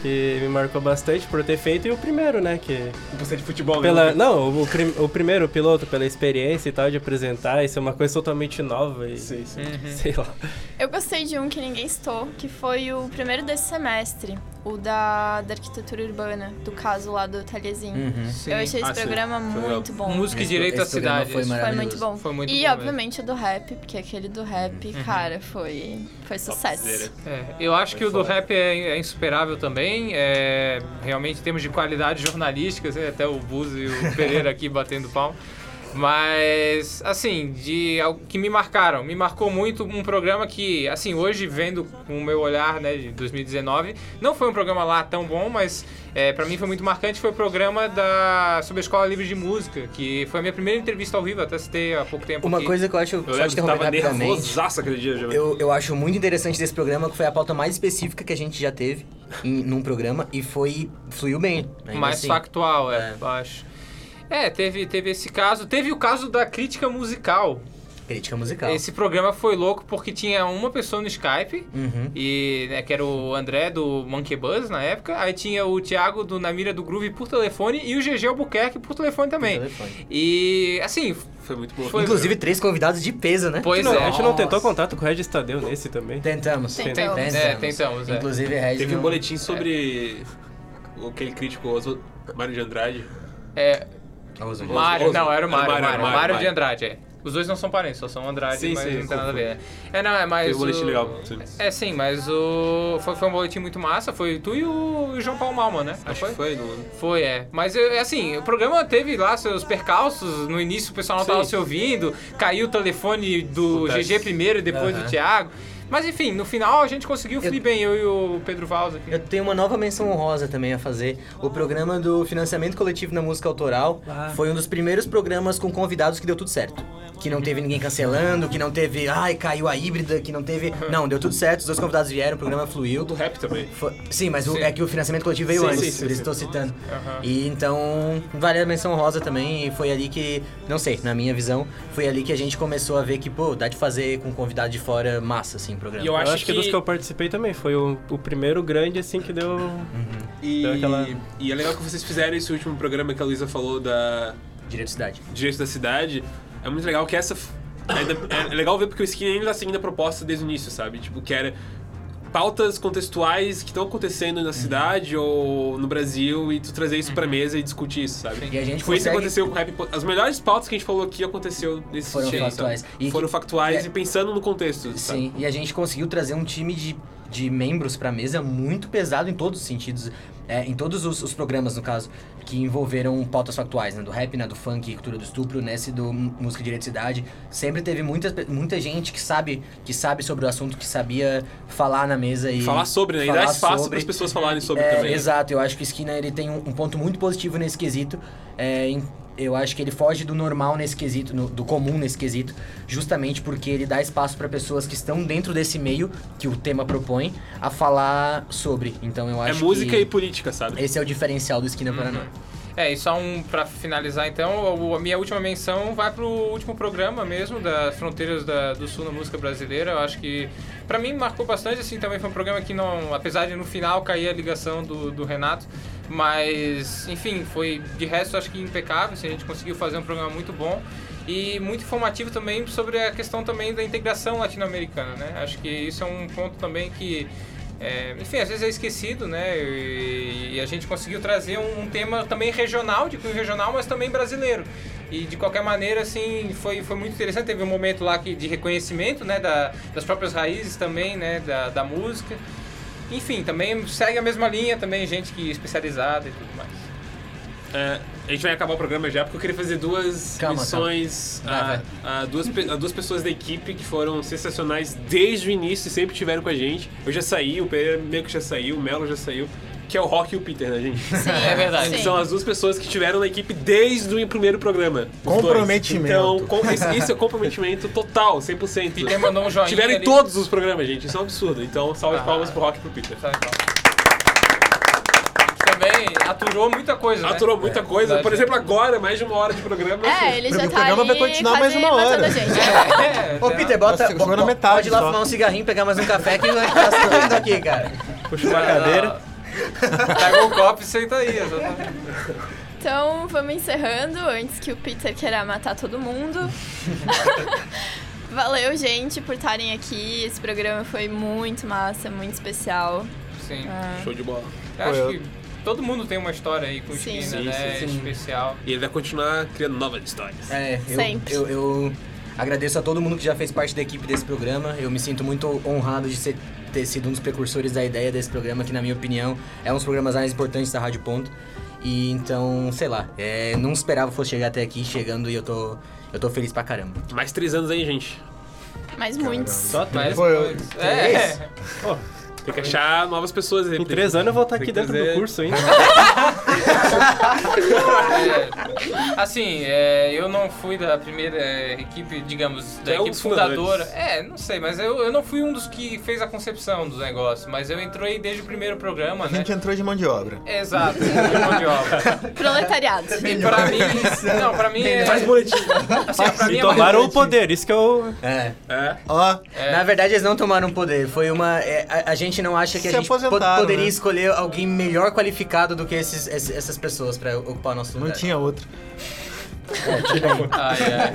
que me marcou bastante por ter feito, e o primeiro, né? Que,
Você de futebol,
pela,
né?
não, o, prim- o primeiro, o piloto, pela experiência e tal, de apresentar, isso é uma coisa totalmente nova e sei lá.
Eu gostei de um que ninguém estou, que foi o primeiro desse semestre, o da, da arquitetura urbana, do caso lá do Talhezinho.
Uhum. Sim.
Eu achei esse
Ah, sim.
programa
Foi
muito
legal.
bom.
Música e Esse- direito à esse programa cidade. foi
Foi, muito
maravilhoso.
bom.
Foi muito
e,
bom
obviamente, o do rap, porque aquele do rap,
Uhum.
cara, foi, foi sucesso.
É, eu acho que o do rap é, é insuperável também. É, realmente, em termos de qualidade (laughs) jornalística, assim, até o Buzo e o Pereira aqui batendo pau. Mas, assim, de algo que me marcaram. Me marcou muito um programa que, assim, hoje, vendo com o meu olhar né, de 2019, não foi um programa lá tão bom, mas é, para mim foi muito marcante. Foi o programa da, sobre a Escola Livre de Música, que foi a minha primeira entrevista ao vivo, até citei há pouco tempo.
Uma
aqui.
coisa que é eu acho.
Eu
só
lembro que
interrompendo
tava
rapidamente.
nervosaço aquele dia, Giovanni.
eu, eu acho muito interessante desse programa, que foi a pauta mais específica que a gente já teve em- num programa e foi. fluiu bem. ainda
mais
assim.
factual, é, eu acho. É, teve, teve esse caso. Teve o caso da crítica musical.
Crítica musical.
Esse programa foi louco porque tinha uma pessoa no Skype,
Uhum.
e, né, que era o André do Monkey Buzz na época. Aí tinha o Thiago do Na Mira do Groove por telefone e o GG Albuquerque por telefone também. E, assim... Foi
muito
bom.
Inclusive, três convidados de peso, né?
Pois
Não,
é.
A gente não tentou
Nossa.
contato com o Regis Tadeu nesse também.
Tentamos.
Tentamos. É, tentamos, é.
Inclusive, Regis
Teve um
não-
boletim sobre o- aquele crítico Oswald, Mário de Andrade.
É... Mário, não, era o Mário. Mário,
era o
Mário de Andrade, é. Os dois não são parentes, só são Andrade,
Sim,
mas
sim,
não tem nada a
confundo.
ver. né? É, não, é mais
Teve um boletim
o-
legal. sim.
É sim, mas o. Foi, foi um boletim muito massa. Foi tu e o, e o João Paulo Malman, né? Acho que
foi, não lembro.
Foi, é. Mas é assim, o programa teve lá seus percalços. No início o pessoal não estava se ouvindo. Caiu o telefone do
Acontece.
GG primeiro e depois
Aham.
do Thiago. Mas enfim, no final a gente conseguiu fluir bem, eu e o Pedro Valls aqui.
Eu tenho uma nova menção honrosa também a fazer. O programa do financiamento coletivo na música autoral
Ah.
foi um dos primeiros programas com convidados que deu tudo certo. Que não teve ninguém cancelando, que não teve, ai, caiu a híbrida, que não teve. Não, deu tudo certo, os dois convidados vieram, o programa fluiu. Do
rap também.
sim, mas o-
Sim.
é que o financiamento coletivo veio
Sim,
antes,
sim, sim,
por isso
sim.
estou citando.
Aham.
E então, vale a menção honrosa também, e foi ali que, não sei, na minha visão, foi ali que a gente começou a ver que, pô, dá de fazer com um convidado de fora massa, assim, o programa.
eu acho, que... dos que eu participei também, foi o, o primeiro grande, assim, que deu...
Uhum.
E,
deu aquela...
e é legal que vocês fizeram esse último programa que a Luísa falou da.
Direito da cidade.
Direito da cidade. É muito legal que essa. f- É, é legal ver porque o Skin ainda tá seguindo a proposta desde o início, sabe? Tipo, que era pautas contextuais que estão acontecendo na cidade ou no Brasil e tu trazer isso pra mesa e discutir isso, sabe?
Uhum. E a gente
Foi isso que
consegue-
aconteceu com o Rap. Po- As melhores pautas que a gente falou aqui aconteceu nesse
Foram
sentido,
factuais.
sabe?
E
Foram
que-
factuais
é.
e pensando no contexto, sabe?
Sim, e a gente conseguiu trazer um time de de membros para mesa muito pesado em todos os sentidos. é, em todos os, os programas, no caso, que envolveram pautas factuais, né? Do rap, né? Do funk, cultura do estupro, nesse do m- música e direito de cidade. Sempre teve muita, muita gente que sabe, que sabe sobre o assunto, que sabia falar na mesa e...
Falar sobre, né? E dar
falar
espaço
sobre.
para as pessoas falarem sobre
É,
também. né?
Exato, eu acho que o Skinner ele tem um, um ponto muito positivo nesse quesito. é, em- eu acho que ele foge do normal nesse quesito, no- do comum nesse quesito, justamente porque ele dá espaço para pessoas que estão dentro desse meio que o tema propõe a falar sobre. Então eu
É
acho
música
que
e Uhum. política, sabe?
esse é o diferencial do Skinner Paraná.
É, e só um pra finalizar então, o- a minha última menção vai pro último programa mesmo, das Fronteiras da- do Sul na Música Brasileira. Eu acho que pra mim marcou bastante, assim, também foi um programa que não. Apesar de no final cair a ligação do, do Renato. Mas, enfim, foi de resto acho que impecável, assim, a gente conseguiu fazer um programa muito bom e muito informativo também sobre a questão também da integração latino-americana, né? Acho que isso é um ponto também que é, enfim, às vezes é esquecido, né? E, e a gente conseguiu trazer um, um tema também regional, de cunho regional, mas também brasileiro. E de qualquer maneira, assim, foi, foi muito interessante. Teve um momento lá que, de reconhecimento, né? da- das próprias raízes também, né? Da, da música. Enfim, também segue a mesma linha também, gente que especializada e tudo mais.
É, a gente vai acabar o programa já, porque eu queria fazer duas
Calma,
missões
calma. Vai,
A, a duas, pe- a duas pessoas da equipe que foram sensacionais desde o início e sempre estiveram com a gente. Eu já saí, o Pereira meio que já saiu, o Melo já saiu. Que é o Rock e o Peter, né, gente? Sim,
é verdade.
São as duas pessoas que estiveram na equipe desde o primeiro programa. os dois.
Comprometimento.
Então, com- isso- isso é comprometimento total, 100%.
Peter mandou um joinha
Tiveram em
ali.
todos os programas, gente. Isso é um absurdo. Então, salve
Ah.
de palmas pro Rock e pro Peter.
tá, então. Também aturou muita coisa.
Aturou
né?
muita coisa. Por exemplo, agora, mais de uma hora de programa.
É, ele já
O
tá aí quase matando a
(laughs)
gente.
É.
É,
Ô, Peter, bota.
Chegou
bo-
na
bo-
metade
pode ir lá
só.
fumar um cigarrinho, pegar mais um café (laughs) que vai ficar saindo aqui, cara.
Puxa uma cadeira.
(laughs) Pega um copo e senta aí. exatamente.
Então vamos encerrando antes que o Peter queira matar
(laughs)
todo mundo. Valeu, gente, por estarem aqui. Esse programa foi muito massa, muito especial.
Sim.
Ah.
Show de bola.
Eu acho que todo mundo tem uma história aí com o
Sim.
China,
Sim,
né?
sim, sim.
Especial.
E ele vai continuar criando novas histórias.
É, eu,
Sempre.
Eu, eu agradeço a todo mundo que já fez parte da equipe desse programa. Eu me sinto muito honrado de ser- ter sido um dos precursores da ideia desse programa, que na minha opinião é um dos programas mais importantes da Rádio Ponto. E então, sei lá, é, não esperava que fosse chegar até aqui chegando e eu tô, eu tô feliz pra caramba.
Mais três anos aí, gente.
Mas muitos.
Só
três?
três.
Foi eu.
Três?
É. Tem que achar novas pessoas aí.
Em três anos eu vou estar
Tem
aqui
que
dentro do
trazer-
curso ainda.
É, assim, é, eu não fui da primeira é, equipe, digamos,
É
da
um
equipe
dos fundadores.
fundadora. É, não sei, mas eu, eu não fui um dos que fez a concepção dos negócios, mas eu entrei desde o primeiro programa,
A
né?
(laughs)
gente entrou de mão de obra.
Exato, um de mão de obra.
Proletariado.
(laughs)
E pra mim, não, pra mim é...
Mais
boletim.
Assim, pra mim
E
é
tomaram o poder, isso que eu.
É.
É.
Ó,
É.
na verdade eles não tomaram poder. Foi uma. é, a, a gente não acha que
Se
a gente po-
aposentaram,
poderia
né?
escolher alguém melhor qualificado do que esses, esses- essas pessoas pra ocupar o nosso lugar.
Não tinha outro.
Ai, ai.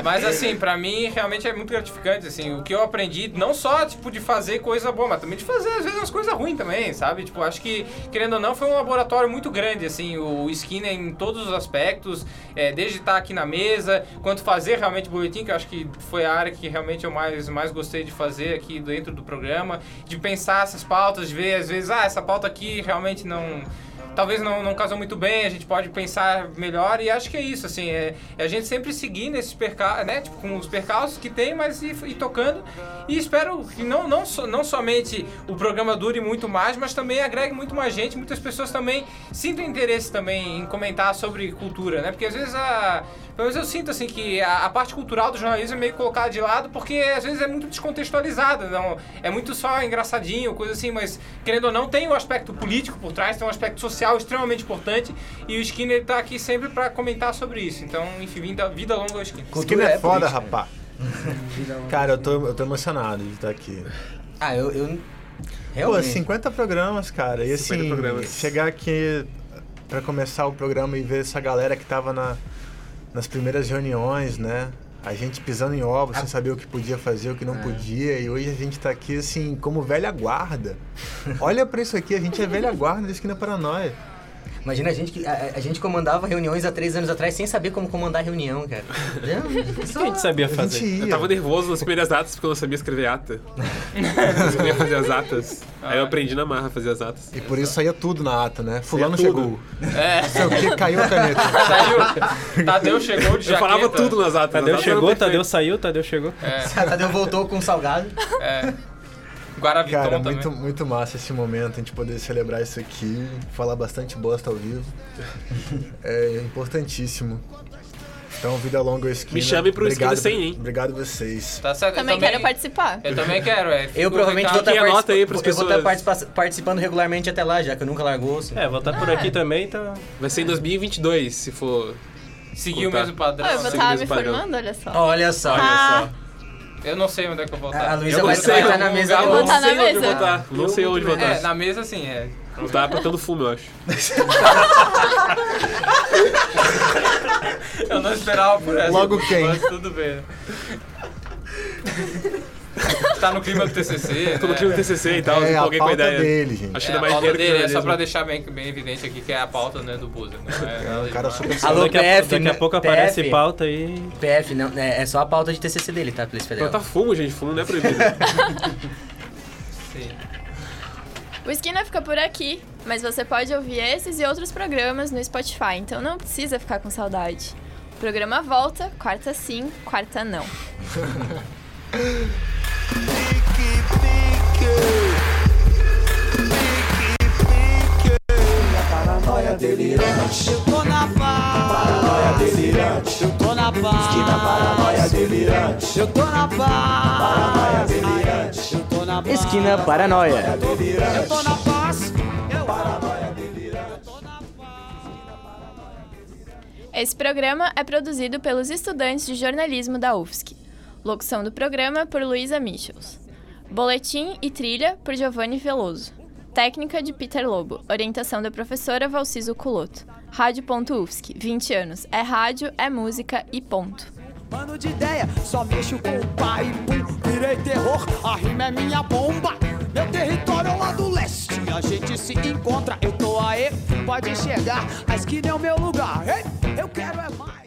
(laughs) Mas assim, pra mim realmente é muito gratificante, assim, o que eu aprendi, não só, tipo, de fazer coisa boa, mas também de fazer, às vezes, umas coisas ruins também, sabe? Tipo, acho que, querendo ou não, foi um laboratório muito grande, assim, o Skinner em todos os aspectos, é, desde estar aqui na mesa, quanto fazer realmente boletim, que eu acho que foi a área que realmente eu mais, mais gostei de fazer aqui dentro do programa, de pensar essas pautas, de ver, às vezes, ah, essa pauta aqui realmente não talvez não, não casou muito bem, a gente pode pensar melhor e acho que é isso, assim, é, é a gente sempre seguir nesses percalços, né, tipo, com os percalços que tem, mas e, e tocando e espero que não, não, so- não somente o programa dure muito mais, mas também agregue muito mais gente, muitas pessoas também sintam interesse também em comentar sobre cultura, né, porque às vezes a... Pelo menos eu sinto assim que a, a parte cultural do jornalismo é meio colocada de lado porque às vezes é muito descontextualizada, não é muito só engraçadinho, coisa assim, mas querendo ou não tem o aspecto político por trás, tem um aspecto social extremamente importante e o Skinner tá aqui sempre pra comentar sobre isso. Então, enfim, vida, vida longa ao Skinner.
Skinner é,
né? (laughs)
foda, rapá. Cara, eu tô, eu tô emocionado de estar aqui.
Ah, eu. eu...
Pô, assim,
Realmente.
50 programas, cara. E
50
assim,
É um programas.
chegar aqui pra começar o programa e ver essa galera que tava na, nas primeiras reuniões, né? A gente pisando em ovos, sem saber o que podia fazer, o que não podia. E hoje a gente tá aqui, assim, como velha guarda. Olha pra isso aqui, a gente é velha guarda da Esquina Paranoia.
Imagina a gente que. A, a gente comandava reuniões há três anos atrás sem saber como comandar reunião, cara.
que a gente sabia
fazer?
Eu tava nervoso nas primeiras datas porque eu não sabia escrever ata. Eu sabia fazer as atas. Aí eu aprendi na marra a fazer as atas.
E por isso saía tudo na ata, né? Fulano chegou.
É.
Não sei o que, caiu a caneta.
Saiu. Tá Tadeu chegou de
Eu falava
jaqueta.
tudo nas atas.
Tadeu
nas atas era
chegou,
perfeito.
Tadeu saiu, Tadeu chegou.
Tadeu voltou com um salgado.
É. Guaraviton
Cara,
também.
muito, muito massa esse momento, a gente poder celebrar isso aqui, falar bastante bosta ao vivo. É importantíssimo. Então, vida longa ao esquina.
Me chamem pro
Obrigado
Esquina 100,
por-
hein?
Obrigado vocês.
Tá certo.
Também, quero participar.
Eu também quero, é.
Eu
Fica o
provavelmente vou
recado.
estar, eu vou estar participa- participando regularmente até lá, já que eu nunca assim. largo o osso.
É, vou estar por aqui também, então.
Vai ser em 2022, se for.
Seguir
contar.
o mesmo padrão.
Ah, eu vou
Seguir
estar
o
me
mesmo padrão.
formando, olha só.
Olha só.
Ah,
Eu não sei onde é que eu vou estar.
A Luísa
Eu
vai
não sei,
estar na
eu
mesa né?
vou
do
botar
osso.
na Sei onde eu vou mesa. estar. Não
Eu
sei onde vou
muito menos.
estar.
É, na mesa sim, é.
Não tá apertando fumo, eu acho.
Eu não esperava por essa.
Logo quem?
Mas tudo bem. tá no clima do TCC.
Tô no
né?
clima do TCC e tal,
É,
alguém
a
então, com a
pauta
ideia.
dele, gente.
Acho
É,
ainda
a
mais
pauta
dinheiro que
dele é só
jornalismo.
pra deixar bem, bem evidente aqui que é a pauta né, do Buzer. Né? É,
(laughs) o cara super
Alô,
Daqui a-
PF,
daqui a
né?
pouco aparece
PF.
pauta aí.
PF, não, é, é só a pauta de TCC dele, tá, Polícia Federal?
Plantar Então fumo, gente, fumo não é proibido.
O Esquina fica por aqui, mas você pode ouvir esses e outros programas no Spotify, então não precisa ficar com saudade. O programa volta, quarta sim, quarta não.
Paranoia delirante, eu tô na paz. Paranoia delirante, eu tô na paz. Esquina paranoia delirante, eu tô na paz. Paranoia delirante, eu tô na paz.
Esquina Paranoia.
Eu tô na paz.
Esse programa é produzido pelos estudantes de jornalismo da UFSC. Locução do programa por Luísa Michels. Boletim e trilha por Giovanni Veloso. Técnica de Peter Lobo. Orientação da professora Valciso Culoto. Rádio.UFSC. 20 anos. É rádio, é música e ponto.
Mano de ideia, só mexo com o pai. Pum, virei terror, a rima é minha bomba. Meu território é lá do leste, a gente se encontra. Eu tô aí, pode chegar, a esquina é o meu lugar. Ei, eu quero é mais.